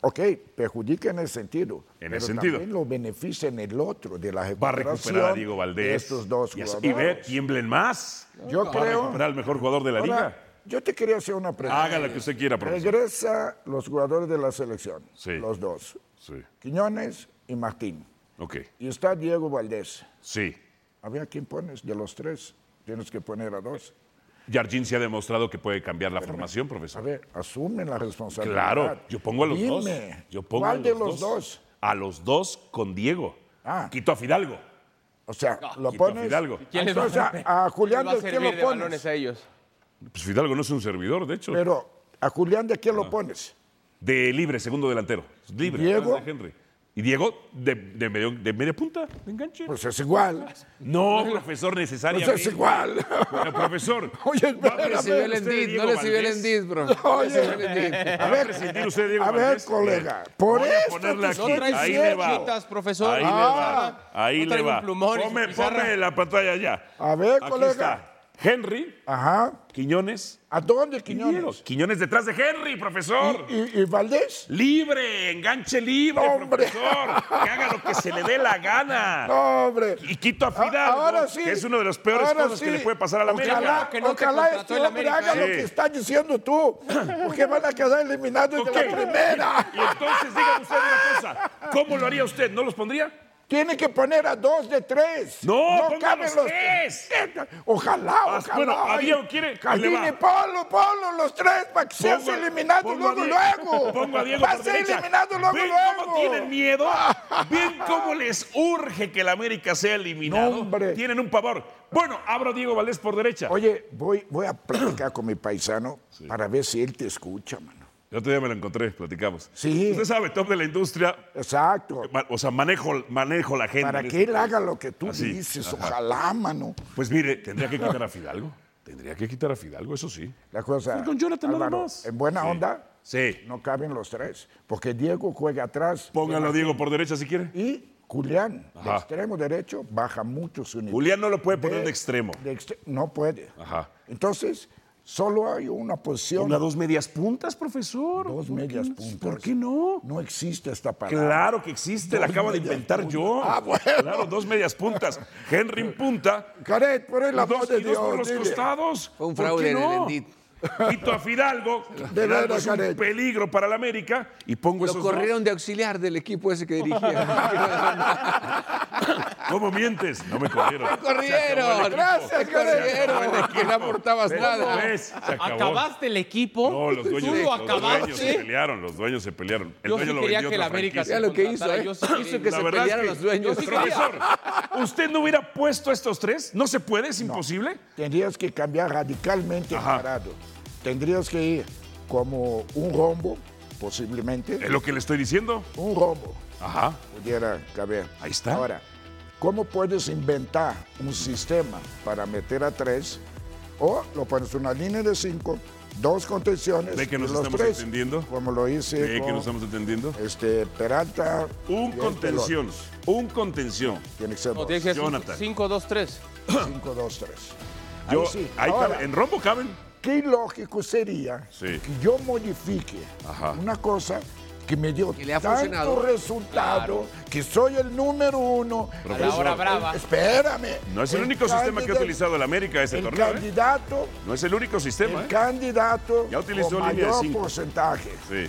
ok, perjudica en el sentido.
En
pero
el sentido.
también lo beneficia en el otro, de la
Va a
recuperación
recuperar a Diego
de
Valdés.
estos dos
Y así-
jugadores.
Y ve, tiemblen más.
Yo
Va a
creo...
recuperar al mejor jugador de la
Ahora,
liga.
yo te quería hacer una pregunta.
Haga lo que usted quiera, profesor.
Regresa los jugadores de la selección,
Sí.
los dos,
Sí.
Quiñones y Martín.
Ok.
Y está Diego Valdés.
Sí.
A ver, ¿a quién pones de los tres? Tienes que poner a dos.
Yargin se ha demostrado que puede cambiar la formación,
A
profesor.
ver, asumen la responsabilidad.
Claro, yo pongo a los
Dime,
dos. Yo pongo a
¿Cuál
los
de los dos?
A los dos con Diego.
Ah.
Quito a Fidalgo.
O sea, lo
quito a
pones.
Fidalgo.
¿Quién les va
Entonces,
a-
a, a Julián
¿Quién les va
de
a
qué
servir
lo
de balones
pones.
a ellos?
Pues Fidalgo no es un servidor, de hecho.
Pero a Julián de qué lo pones.
De libre, segundo delantero. Libre.
Diego?
atrás de Henry. Y Diego de, de medio, de media punta, de enganche.
Pues es igual.
no, profesor,
Pues
necesariamente.
es igual.
Pero, profesor.
Oye,
¿va a
espérame.
No
prescindir
recibió el
usted de
Endid,
Diego
no recibió el
Valdés?
Endid, bro. No
Oye.
recibió el Endid.
A ver, presentir usted de Diego
a ver,
Valdés?
colega,
Mira,
por
voy a
esto
ponerla
te
aquí.
estoy
Ahí
diciendo.
le va.
Chitas, profesor.
Ahí
Ah.
le va. Ahí
No
le
traigo
va.
un plumón y su
Ponme,
pizarra.
ponme la pantalla ya.
A ver,
Aquí
colega.
está. Henry,
Ajá.
Quiñones.
¿A dónde,
y Diego.
Quiñones?
Quiñones detrás de Henry, profesor.
¿Y, y Valdés?
Libre, enganche libre,
¡Hombre!
profesor. Que haga lo que se le dé la gana.
No, hombre.
Y quito a
A-
Fidalgo,
ahora sí.
que es uno de los peores
ahora
cosas que
sí.
le puede pasar a la América.
Ojalá,
que no te
ojalá
contrató
este
el
hombre
América,
haga lo
¿eh?
que estás diciendo tú, porque van a quedar eliminados
Ok.
de la primera.
Y entonces dígame usted una cosa, ¿cómo lo haría usted? ¿No los pondría?
Tiene que poner a dos de tres.
No, ponga
caben
los tres.
Ojalá,
Ah,
ojalá.
bueno, a
oye.
Diego, ¿quiere? Le va.
Caldini, ponlo, ponlo, los tres, para que seas
Pongo a-
eliminado
pongo a
luego,
Die-
luego.
Pongo a Diego
Va a
por
ser
derecha.
eliminado luego,
¿Ven
luego.
cómo tienen miedo? ¿Ven cómo les urge que el América sea eliminado?
No, hombre.
Tienen un pavor. Bueno, abro a Diego Valdés por derecha.
Oye, voy, voy a platicar con mi paisano para ver si él te escucha, mano.
El otro día me lo encontré, platicamos.
Sí.
Usted sabe, top de la industria,
Exacto.
ma- o sea, manejo, manejo la gente.
Para
en
que
este
él haga lo que tú
Así,
dices,
ajá.
ojalá, mano.
Pues mire, tendría que quitar a Fidalgo. Tendría que quitar a Fidalgo, eso sí.
La cosa.
Pero con Jonathan nada más.
En buena onda,
Sí.
no caben los tres. Porque Diego juega atrás.
Póngalo a Diego por derecha si quiere.
Y Julián, de
Ajá.
extremo derecho, baja mucho su nivel.
Julián no lo puede poner de extremo.
de extre- no puede.
Ajá.
Entonces, solo hay una posición.
Ponga dos medias puntas, profesor.
Dos
¿Por qué
medias
no?
puntas.
¿Por qué no?
No existe esta palabra.
Claro que existe, la
Dos
acabo de
medias
inventar
puntas.
yo.
Ah, bueno.
Claro, dos medias puntas. Henry en punta.
Caret, por el
y
amor
dos,
de
y dos
Dios.
por los
dile.
costados.
Fue un
¿Por qué
fraude en el
no?
Endit.
Quito a Fidalgo. Fidalgo
veras,
es un
Jared.
peligro para la América. Y pongo
Lo
esos
corrieron de auxiliar del equipo ese que dirigía.
dos. ¿Cómo mientes? No me corrieron.
¡Te corrieron!
Gracias,
¡Te
Karen.
corrieron! Este Que no aportabas
¿Ves?
nada.
¿Ves? Se acabó.
¿Acabaste el equipo?
No, los
¿Tú
dueños,
lo
los dueños se
acabaste?
pelearon, los dueños se pelearon. El
Yo sí
dueño lo
quería
vendió a
que
otra
la América
franquicia.
Mira lo que hizo,
contratara,
¿eh?
yo sí
Hizo
quería.
que se
verdad es
pelearan
que
los dueños.
yo sí quería.
Profesor, ¿usted no hubiera puesto a estos tres? ¿No se puede? ¿Es imposible?
Tendrías que cambiar radicalmente el
Ajá.
parado. Tendrías que ir como un rombo, posiblemente.
Es lo que le estoy diciendo.
Un rombo.
Ajá.
pudiera caber.
Ahí está.
Ahora, ¿cómo puedes inventar un sistema para meter a tres? O lo pones una línea de cinco dos contenciones.
¿Ve que nos
los
estamos
tres,
entendiendo?
Como lo hice
¿Cree que
con,
nos estamos entendiendo?
este, Peralta.
Un
y el
contención, un contención.
Pelón. Tiene que ser
No, tiene que ser
Jonathan.
5, 2, 3.
5, 2, 3.
Yo,
sí.
ahí
Ahora.
cabe- en rombo caben.
Qué lógico sería
Sí.
que yo modifique
Ajá.
una cosa que me dio
Que le ha funcionado.
tanto resultado, que soy el número uno. Eh,
A la hora brava.
Espérame.
No es el único sistema que ha
candida-
utilizado el América este
El
torneo. ¿eh?
candidato,
No es el único sistema.
el
¿eh?
candidato
Ya utilizó
con
línea de
mayor
cinco.
porcentaje
Sí,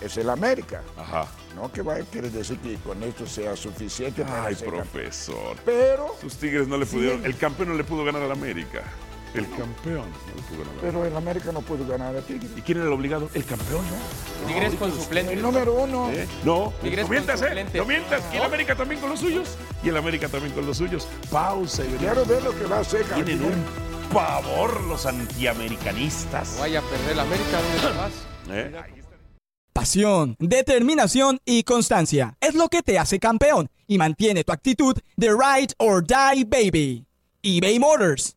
es el América.
ajá.
No que vaya a querer decir que con esto sea suficiente para
Ay,
ser campeón.
profesor.
Pero,
Sus Tigres no le
Sí.
pudieron. El campeón no le pudo ganar al América. El campeón no le pudo ganar. al América.
pero el América no pudo ganar a Tigres.
¿Y quién era el obligado? El campeón, ¿no?
Tigres con suplente.
El número uno.
¿Eh? No,
Tigres
no mientas,
con
¿eh?
suplentes.
No mientas. Y el América también con los suyos. Y el América también con los suyos. Pausa y
Quiero ver lo que va a hacer.
Tienen
Jardín.
un pavor los antiamericanistas.
Vaya a perder la América, ¿dónde te vas?
¿Eh?
Pasión, determinación y constancia es lo que te hace campeón y mantiene tu actitud de ride or die baby. eBay Motors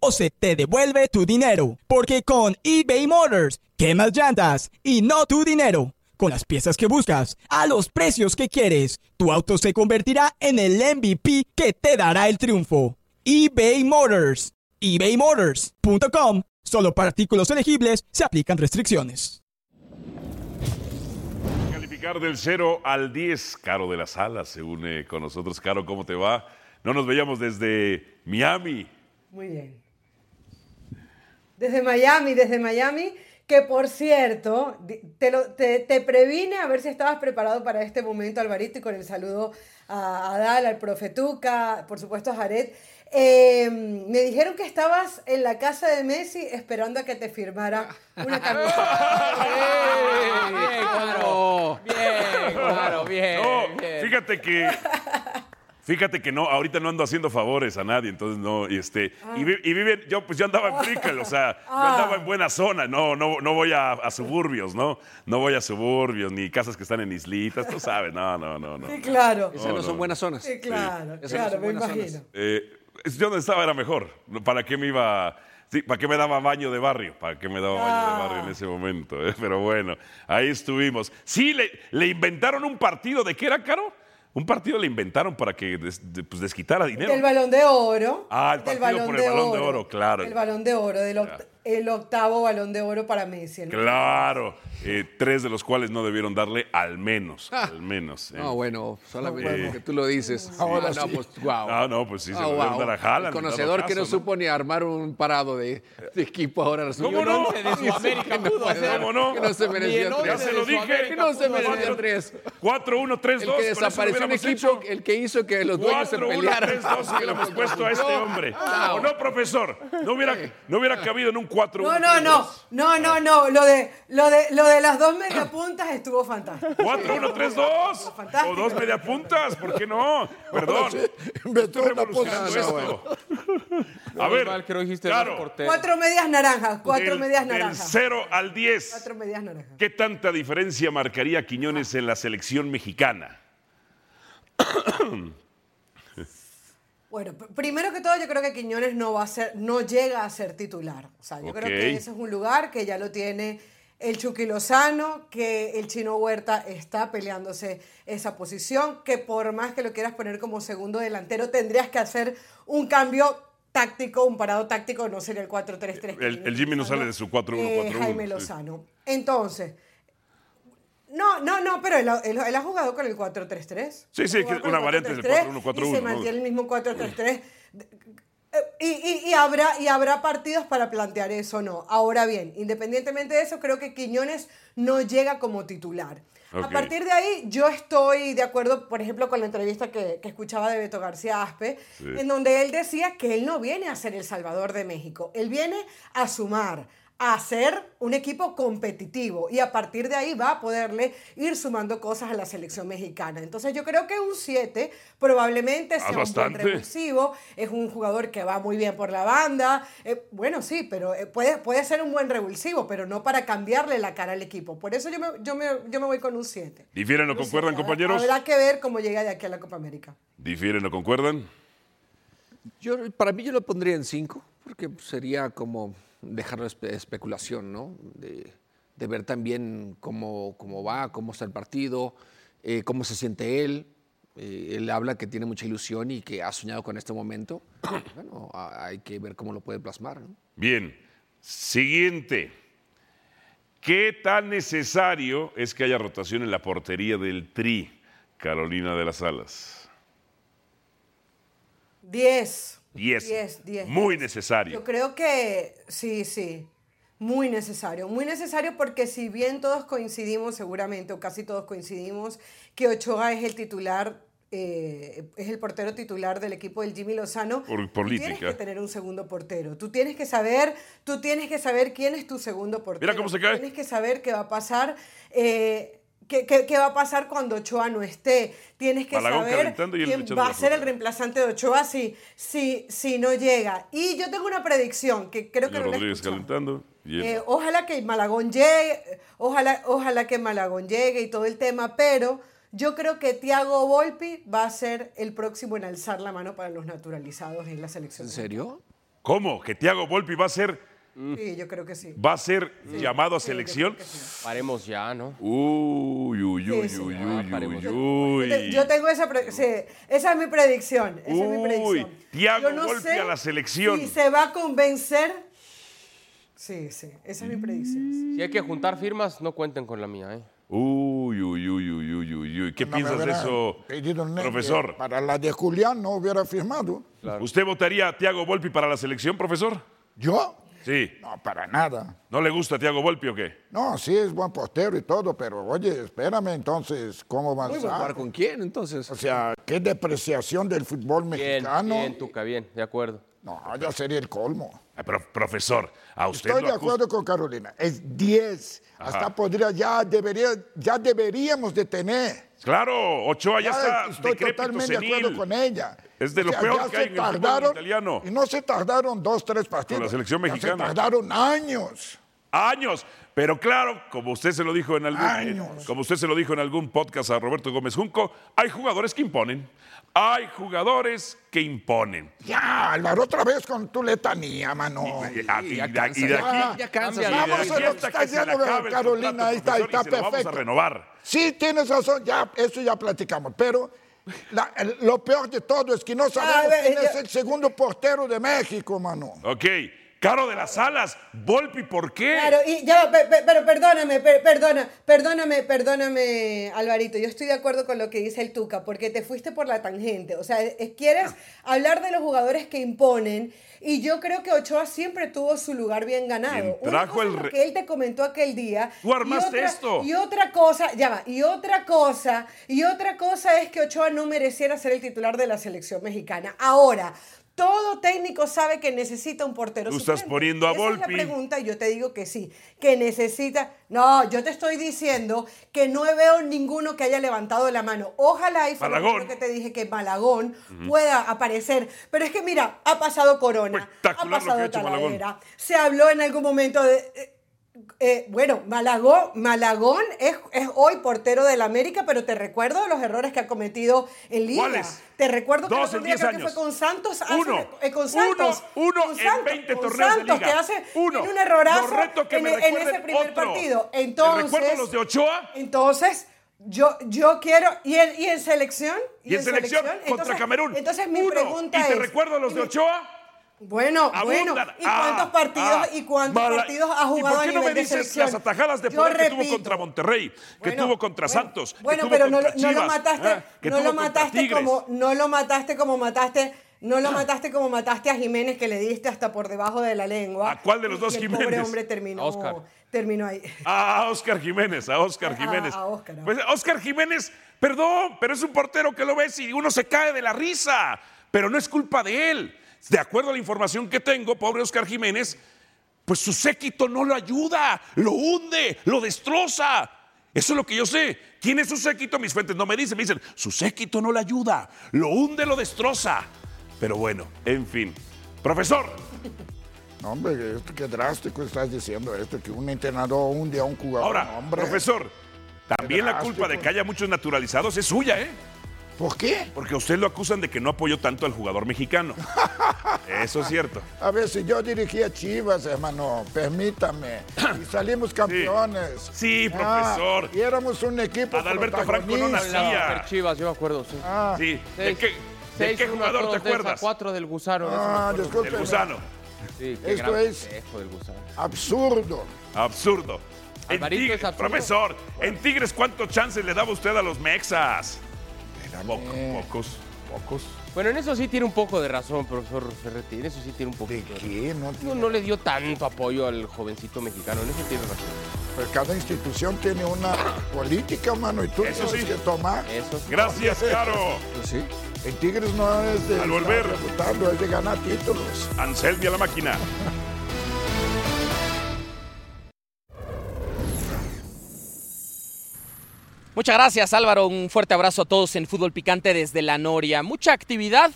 o se te devuelve tu dinero. Porque con eBay Motors, quemas llantas y no tu dinero. Con las piezas que buscas, a los precios que quieres, tu auto se convertirá en el MVP que te dará el triunfo. eBay Motors. ebaymotors.com. Solo para artículos elegibles se aplican restricciones.
Calificar del 0 al 10. Caro de las Alas se une con nosotros. Caro, ¿cómo te va? No nos veíamos desde Miami.
Muy bien. Desde Miami, desde Miami, que por cierto, di- te, lo- te, te previne a ver si estabas preparado para este momento, Alvarito, y con el saludo a Adal, al profe Tuca, por supuesto a Jared. Eh, me dijeron que estabas en la casa de Messi esperando a que te firmara una
¡Ey!
camiseta.
Bien,
Oh.
cuadro. Bien, cuadro. Bien.
No,
bien.
fíjate que. Fíjate que no, ahorita no ando haciendo favores a nadie, entonces no, y este, y, vi- y viven, yo pues yo andaba en Brickell, o sea, yo andaba en buena zona, no, no, no voy a, a suburbios, ¿no? No voy a suburbios, ni casas que están en islitas, tú sabes, no, no, no, no.
Sí, claro.
Esas no, son buenas zonas.
Sí, claro,
Esas no
claro,
son
me
buenas
imagino.
zonas.
Eh, yo donde estaba era mejor. No, ¿Para qué me iba? Sí, ¿Para qué me daba baño de barrio? ¿Para qué me daba baño de barrio en
Ah.
ese momento? eh? Pero bueno, ahí estuvimos. Sí, le, le inventaron un partido. ¿De qué era, Caro? Un partido le inventaron para que des- de- pues, desquitara dinero.
Del balón de oro.
Ah, el
Del
partido por el balón de oro, claro.
El balón de oro, del oct- el octavo balón de oro para Messi. el-
Claro. Eh, tres de los cuales no debieron darle al menos. Al menos. eh.
Ah. No, bueno, solamente que tú lo dices.
Ahora
Ah, no,
sí.
pues, guau.
Ah, no, pues sí, se
Ah,
lo dieron dar a Haaland,
El
en
conocedor
dado
que no
caso, ¿no?
supo ni armar un parado de, de equipo ahora resulta
¿Cómo
que
no?
se des-
De Sudamérica
que no
pudo
puede
hacer.
dar,
¿Cómo no?
Que no se
Ni
merecía
el
tres.
Ya
once
se
de
lo dije.
Que
Sudamérica
no se
pudo hacer.
merecía tres.
4, 1, 3, 2.
El que desapareció un equipo, el que hizo que los dueños se
4, 1,
pelearan.
3, 2 hubiéramos puesto a este hombre. ¿O no, profesor? No hubiera, no hubiera cabido en un 4, 1,
No, no, no, no,
Ah.
no, no. Lo de, lo de, lo de las dos mediapuntas estuvo fantástico.
4, 1, 3, 2. O
Fantástico.
dos mediapuntas, ¿por qué no? Perdón.
inventó
Estoy
una
revolucionando
posición.
esto. A ver,
Mal que no dijiste
claro,
dos porteros.
Cuatro medias naranjas, cuatro
del-
medias
del
naranjas.
0 al 10.
Cuatro medias naranjas.
¿Qué tanta diferencia marcaría Quiñones en la selección mexicana?
Bueno, pr- primero que todo, yo creo que Quiñones no va a ser, no llega a ser titular. O sea, yo
Ok.
creo que ese es un lugar que ya lo tiene el Chucky Lozano, que el Chino Huerta está peleándose esa posición, que por más que lo quieras poner como segundo delantero, tendrías que hacer un cambio táctico, un parado táctico, no sería el 4-3-3. que
El-
tiene
el Jimmy no
Lozano,
sale de su 4-1-4-1,
eh, Jaime
sí.
Lozano. Entonces, no, no, no, pero él, ha- él- él ha jugado con el 4-3-3.
Sí, sí,
Ha jugado
que
con
una
el
variante del
4-3-3, Y
4-1-4-1,
se
¿no?
mantiene el mismo 4-3-3. Eh, Y, y- y habrá, y habrá partidos para plantear eso o no. Ahora bien, independientemente de eso, creo que Quiñones no llega como titular.
Ok.
A partir de ahí, yo estoy de acuerdo, por ejemplo, con la entrevista que, que escuchaba de Beto García Aspe, en donde él decía que él no viene a ser el Salvador de México, él viene a sumar, a ser un equipo competitivo y a partir de ahí va a poderle ir sumando cosas a la selección mexicana. Entonces yo creo que un 7 probablemente sea un
bastante.
buen revulsivo, es un jugador que va muy bien por la banda, eh, bueno sí, pero eh, puede, puede ser un buen revulsivo, pero no para cambiarle la cara al equipo. Por eso yo me, yo me, yo me voy con un 7.
¿Difieren o concuerdan, compañeros?
Habrá que ver cómo llega de aquí a la Copa América.
¿Difieren o concuerdan?
Yo, para mí yo lo pondría en 5, porque sería como dejarlo espe- especulación, ¿no? De, de ver también cómo, cómo va, cómo está el partido, eh, cómo se siente él. Eh, él habla que tiene mucha ilusión y que ha soñado con este momento. bueno, a- hay que ver cómo lo puede plasmar, ¿no?
Bien. Siguiente. ¿Qué tan necesario es que haya rotación en la portería del Tri, Carolina de las Alas?
10.
10.
10, 10.
Muy necesario.
Yo creo que sí, sí. Muy necesario, muy necesario porque si bien todos coincidimos, seguramente, o casi todos coincidimos, que Ochoa es el titular, eh, es el portero titular del equipo del Jimmy Lozano.
Por
tú Tienes
política.
que tener un segundo portero. Tú tienes que saber, tú tienes que saber quién es tu segundo portero.
cómo se cae.
Tienes que saber qué va a pasar. eh, qué, qué- qué va a pasar cuando Ochoa no esté? Tienes que
Malagón
saber
calentando y él
quién
luchando
va a
la
ser el
pelota.
reemplazante de Ochoa si, si, si no llega. Y yo tengo una predicción que creo que
Señor
no la
Rodríguez
escuchamos.
calentando. y él-
Eh, ojalá que Malagón llegue, ojalá, ojalá que Malagón llegue y todo el tema, pero yo creo que Thiago Volpi va a ser el próximo en alzar la mano para los naturalizados en la selección.
¿En serio?
¿Cómo? ¿Que Tiago Volpi va a ser,
Sí, yo creo que sí.
va a ser llamado a
Sí, yo creo
selección?
que sí.
Paremos ya, ¿no?
Uy, uy, uy,
Sí, sí.
uy,
Ah,
uy,
paremos.
uy,
Yo te-
uy.
Yo tengo esa, pre- sí, esa es mi predicción. Esa es mi
Uy,
predicción.
Thiago
Yo no
Volpi
sé
a la selección.
Si se va a convencer. Sí, sí, esa es
Mm.
mi predicción.
Si hay que juntar firmas, no cuenten con la mía, ¿eh?
Uy, uy, uy, uy, uy, uy, uy. ¿Qué
No me
piensas de
hubiera
eso,
pedido un-
profesor?
Para la de Julián no hubiera firmado.
¿Usted votaría a Tiago Volpi para la selección, profesor?
¿Yo?
Sí.
No, para nada.
¿No le gusta Tiago Volpi o qué?
No, sí es buen portero y todo, pero oye, espérame entonces,
Muy
¿cómo
bueno,
avanzar?
¿jugar con quién entonces?
O sea, qué depreciación del fútbol
Bien,
mexicano.
bien, Tuca, bien, de acuerdo.
Ah, No, ya sería el colmo.
Ah, Pero, profesor, a usted
Estoy
lo
de
acusa-
acuerdo con Carolina. Es 10. Hasta podría, ya debería, ya deberíamos de tener.
Claro, Ochoa ya, está
estoy
decrépito,
totalmente de acuerdo
senil.
con ella.
Es de lo peor
ya
que
se
hay en el fútbol italiano.
Y no se tardaron dos, tres partidos.
Con la selección
Ya
mexicana.
se tardaron años.
años. Pero claro, como usted se lo dijo en algún,
Años.
como usted se lo dijo en algún podcast a Roberto Gómez Junco, hay jugadores que imponen. Hay jugadores que imponen.
Ya, Álvaro, otra vez con tu letanía, mano.
Y- ah, y-
ya
y-
cansa,
y de
ya-
aquí-
ya cansa,
y de
ya.
Vamos a
aquí
lo que
hasta
está
que se le
diciendo
acabe el
Carolina,
contrato,
ahí está, ahí
profesor, y se
está
lo vamos a
perfecto.
renovar.
Sí, tienes razón, ya, eso ya platicamos, pero la- el- lo peor de todo es que no sabemos
A ver,
quién
yo-
es el segundo portero de México, mano.
Ok, Caro de las Alas, Volpi, ¿por qué?
Claro, y ya, va, pe- pe- pero perdóname, per- perdona, perdóname, perdóname, Alvarito. Yo estoy de acuerdo con lo que dice el Tuca, porque te fuiste por la tangente. O sea, eh, quieres
Ah.
hablar de los jugadores que imponen, y yo creo que Ochoa siempre tuvo su lugar bien ganado.
Quien
Una
trajo
cosa
el
es lo
re-
que él te comentó aquel día.
Tú
y
armaste
otra-
esto.
Y otra cosa, ya va, y otra cosa, y otra cosa es que Ochoa no mereciera ser el titular de la selección mexicana. Ahora. Todo técnico sabe que necesita un portero
Tú estás
suplente.
poniendo a
Esa es la
Volpi.
pregunta pregunta y yo te digo que sí, que necesita. No, yo te estoy diciendo que no veo ninguno que haya levantado la mano. Ojalá y fue lo
Malagón.
primero que te dije que Malagón pueda aparecer. Pero es que mira, ha pasado Corona, ha
Espectacular lo que ha
pasado
hecho Malagón.
Talavera, se habló en algún momento de. eh, eh, bueno, Malagón, Malagón es, es hoy portero del América, pero te recuerdo de los errores que ha cometido en Liga.
¿Cuáles?
Te recuerdo que el
Dos
otro
en
día
10
creo que
años.
fue con Santos. hace
Uno.
una- eh, con Santos.
Uno. Uno
con
en
Santos,
20
con
torneos de
Santos,
liga.
que hace
Uno.
tiene un errorazo
Los retos que
en,
me
el- en ese
recuerden
primer
otro.
partido.
¿Te
Entonces,
recuerdo los de Ochoa?
Entonces, yo, yo quiero. ¿Y en, y en selección?
Y en selección contra
Entonces-
Camerún.
Entonces, mi
Uno.
pregunta
¿Y
es.
te recuerdo los
y
de
mi-
Ochoa?
bueno,
Abundan.
bueno, ¿y cuántos
Ah,
partidos
ah,
y cuántos
mala-
partidos ha jugado
¿Y por qué
a
no
nivel
me
de
dices
selección?
las atajadas de
Yo
poder que tuvo
repito.
contra Monterrey, que
Bueno,
tuvo contra
bueno,
Santos, que
Bueno,
tuvo
pero no,
contra
lo- no lo
Chivas,
mataste,
ah, que
no
tuvo
lo
contra
mataste
Tigres.
como, no lo mataste como mataste, no
Ah.
lo mataste como mataste a Jiménez que le diste hasta por debajo de la lengua.
¿A cuál de los
Y
dos
el Pobre
Jiménez?
hombre terminó,
A Oscar.
terminó ahí.
A Oscar Jiménez, a Oscar
A-
Jiménez.
a Oscar, a
Pues Oscar Jiménez, perdón, pero es un portero que lo ves y uno se cae de la risa, pero no es culpa de él. De acuerdo a la información que tengo, pobre Oscar Jiménez,
pues su séquito no lo ayuda, lo hunde, lo destroza. Eso es lo que yo sé. ¿Quién es su séquito? Mis fuentes no me dicen, me dicen, su séquito no lo ayuda, lo hunde, lo destroza. Pero bueno, en fin. Profesor,
No, hombre, esto, qué drástico estás diciendo esto, que un entrenador hunde a un jugador.
ahora,
No, hombre.
profesor, también la culpa de que haya muchos naturalizados es suya, ¿eh?
¿Por qué?
Porque a usted lo acusan de que no apoyó tanto al jugador mexicano. Eso es cierto.
A ver, si yo dirigía Chivas, hermano, permítame. Y salimos campeones.
Sí,
Ah,
profesor.
y éramos un equipo.
Adalberto Franco no
protagonista.
nacía.
Chivas, yo me acuerdo, sí.
Ah,
Sí. ¿De
Seis-
qué, de
seis,
qué
uno,
jugador
dos,
te
de esa,
acuerdas?
Cuatro del gusano. de esa me
ah,
acuerdo.
discúlpeme.
El gusano.
Sí, qué
Esto
gran
es-
festejo del gusano.
Absurdo.
Absurdo. En
Alvarito,
Tigres-
¿es absurdo?
profesor, en Tigres, ¿cuántos chances le daba usted a los Mexas? Poco- pocos, pocos.
Eh. Bueno, en eso sí tiene un poco de razón, profesor Ferretti. En eso sí tiene un
¿De
poquito de razón.
qué? No,
No, no le dio tanto apoyo al jovencito mexicano. En eso tiene razón.
Pero cada institución tiene una política, mano, y tú
Eso
tienes
sí.
que tomar.
Eso sí.
Gracias, Caro.
Pues
Sí.
El Tigres no es de
Al volver.
estar rebotando, es de ganar títulos.
Anselmi a la máquina.
Muchas gracias Álvaro, un fuerte abrazo a todos en Fútbol Picante desde La Noria. Mucha actividad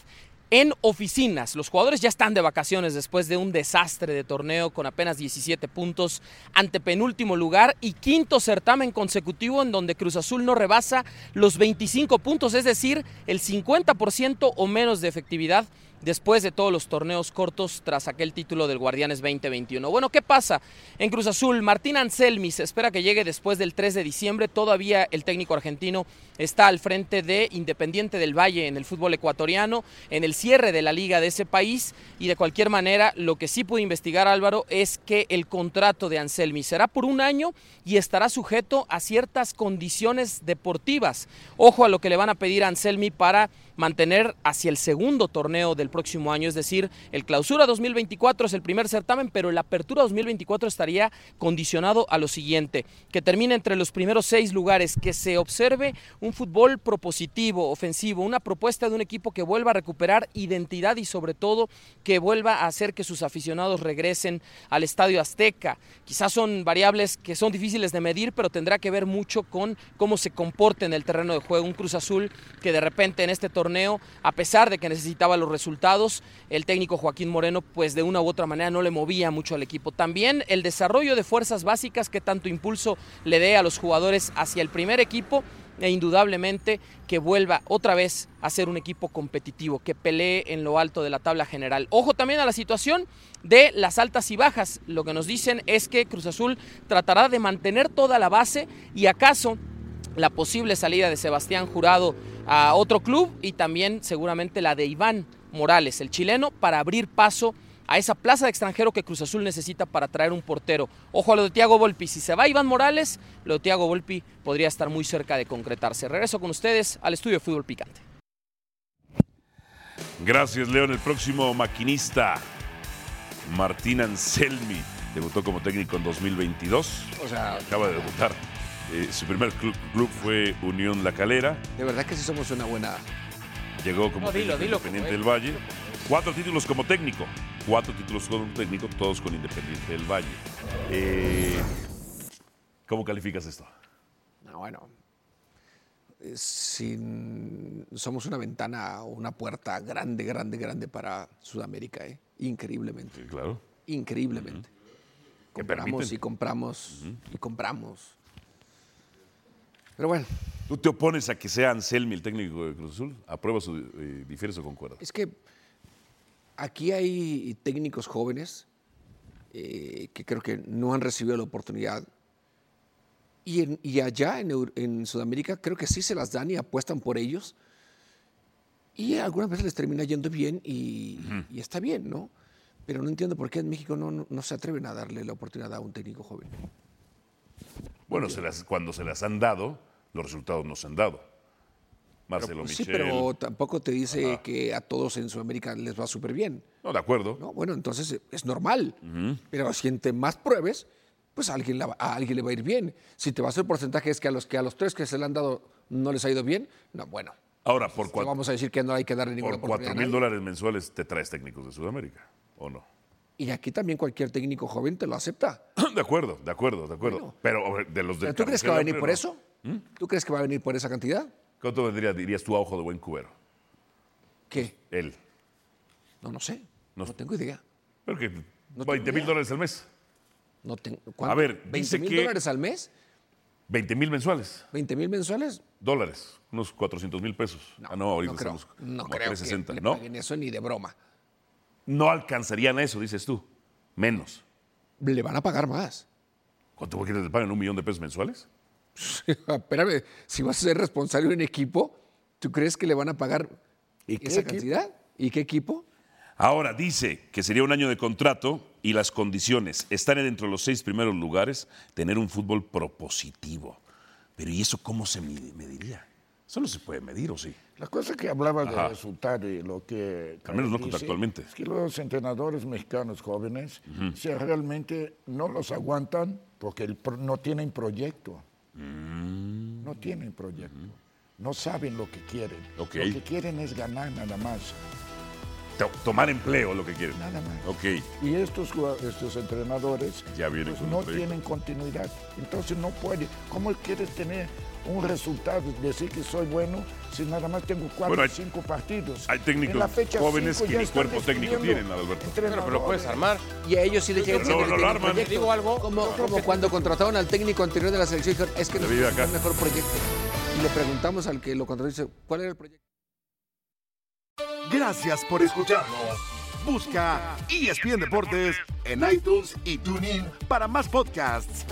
en oficinas, los jugadores ya están de vacaciones después de un desastre de torneo con apenas 17 puntos ante penúltimo lugar y quinto certamen consecutivo en donde Cruz Azul no rebasa los 25 puntos, es decir, el 50% o menos de efectividad después de todos los torneos cortos tras aquel título del Guardianes 2021. Bueno, ¿qué pasa en Cruz Azul? Martín Anselmi se espera que llegue después del 3 de diciembre. Todavía el técnico argentino está al frente de Independiente del Valle en el fútbol ecuatoriano, en el cierre de la liga de ese país. Y de cualquier manera, lo que sí pude investigar, Álvaro, es que el contrato de Anselmi será por un año y estará sujeto a ciertas condiciones deportivas. Ojo a lo que le van a pedir a Anselmi para mantener hacia el segundo torneo del próximo año, es decir, el clausura 2024 es el primer certamen, pero el apertura 2024 estaría condicionado a lo siguiente, que termine entre los primeros seis lugares, que se observe un fútbol propositivo, ofensivo, una propuesta de un equipo que vuelva a recuperar identidad y sobre todo que vuelva a hacer que sus aficionados regresen al Estadio Azteca. Quizás son variables que son difíciles de medir, pero tendrá que ver mucho con cómo se comporte en el terreno de juego un Cruz Azul que de repente en este torneo, a pesar de que necesitaba los resultados, el técnico Joaquín Moreno pues de una u otra manera no le movía mucho al equipo. También el desarrollo de fuerzas básicas que tanto impulso le dé a los jugadores hacia el primer equipo e indudablemente que vuelva otra vez a ser un equipo competitivo, que pelee en lo alto de la tabla general. Ojo también a la situación de las altas y bajas. Lo que nos dicen es que Cruz Azul tratará de mantener toda la base y acaso la posible salida de Sebastián Jurado a otro club y también seguramente la de Iván Morales, el chileno, para abrir paso a esa plaza de extranjero que Cruz Azul necesita para traer un portero. Ojo a lo de Tiago Volpi. Si se va Iván Morales, lo de Tiago Volpi podría estar muy cerca de concretarse. Regreso con ustedes al estudio de Fútbol Picante.
Gracias, León. El próximo maquinista, Martín Anselmi, debutó como técnico en 2022.
O sea,
Acaba de debutar. Eh, su primer clu- club fue Unión La Calera.
de verdad que sí somos una buena.
Llegó como
No, dilo,
técnico
dilo
Independiente
como
del Valle. Cuatro títulos como técnico. Cuatro títulos como técnico, todos con Independiente del Valle. Eh, ¿Cómo calificas esto?
No, Ah, bueno. eh, sin- somos una ventana o una puerta grande, grande, grande para Sudamérica, ¿eh? increíblemente.
Claro.
increíblemente.
Que
Compramos
permiten.
y compramos y compramos. Pero bueno,
¿Tú te opones a que sea Anselmi el técnico de Cruz Azul? ¿Apruebas o eh, difieres o concuerdas?
es que aquí hay técnicos jóvenes eh, que creo que no han recibido la oportunidad. Y, en- y allá en, Eur- en Sudamérica creo que sí se las dan y apuestan por ellos. Y algunas veces les termina yendo bien y, y está bien, ¿no? Pero no entiendo por qué en México no, no- no se atreven a darle la oportunidad a un técnico joven.
Bueno, se las- cuando se las han dado, los resultados no se han dado. Marcelo
Pues sí,
Michel.
pero tampoco te dice que a todos en Sudamérica les va súper bien.
No, de acuerdo.
¿no? Bueno, entonces eh, es normal. Pero si entre más pruebes, pues a alguien, la va- a alguien le va a ir bien. Si te vas el porcentaje es que a los que a los tres que se le han dado no les ha ido bien, no, bueno.
Ahora, Ah, por,
No
cuatro,
vamos a decir que no hay que darle ninguna
por cuatro
oportunidad. a
mil
nadie.
dólares mensuales te traes técnicos de Sudamérica, ¿o no?
Y aquí también cualquier técnico joven te lo acepta.
De acuerdo, de acuerdo, de acuerdo. Pero hombre, de los del
Pero, ¿Tú crees que va a
carrusel
venir por
amplio,
eso? ¿Mm? ¿Tú crees que va a venir por esa cantidad?
no. ¿Cuánto vendría, dirías tú, a ojo de buen cubero? Pues,
¿Qué?
Él.
No, no sé. No, tengo idea.
Pero que 20 mil
idea.
dólares al mes.
No tengo,
A ver,
¿20
dice
mil
que-
dólares al mes?
20 mil mensuales.
¿20 mil mensuales?
Dólares. Unos 400 mil pesos. ah, no, ahorita
no creo.
estamos
No
como a
creo
360,
que le
¿no?
paguen eso ni de broma.
No alcanzarían a eso, dices tú. Menos.
Le van a pagar más.
¿Cuánto quieres que te paguen? ¿Un millón de pesos mensuales?
Espérame, si vas a ser responsable de un equipo, ¿tú crees que le van a pagar
qué
esa
equipo?
cantidad? ¿Y qué equipo?
Ahora dice que sería un año de contrato y las condiciones estar dentro de los seis primeros lugares, tener un fútbol propositivo. Pero ¿y eso cómo se mide- mediría? Eso no se puede medir, ¿o sí?
La cosa que hablabas
Ajá.
de resultar y lo que.
Al menos no
dice,
contractualmente.
Es que los entrenadores mexicanos jóvenes si realmente no los aguantan porque el pro- no tienen proyecto.
Mm.
No tienen proyecto. No saben lo que quieren.
Ok.
Lo que quieren es ganar nada más.
To- tomar empleo, lo que quieren.
Nada más.
Ok,
Y estos, jugado- estos entrenadores
ya viene
pues,
con
no
el proyecto.
tienen continuidad. Entonces no puede. ¿Cómo quieres tener un resultado, decir que soy bueno, si nada más tengo cuatro
Bueno,
o
hay-
cinco partidos?
hay técnicos
En la fecha
jóvenes
cinco
que
ya
ni
están
cuerpo técnico
destruyendo
tienen, Adalberto.
Bueno, pero lo puedes
entrenadores.
armar.
Y a ellos sí les llega
Pero no, no lo arman.
Te digo algo.
Como,
No,
como
no,
cuando contrataron al técnico anterior de la selección, dijeron, es que
La
no
vida acá.
el mejor proyecto. Y le preguntamos al que lo contrató, dice, ¿cuál era el proyecto?
Gracias por escucharnos. E Busca ESPN Deportes en iTunes y TuneIn para más podcasts.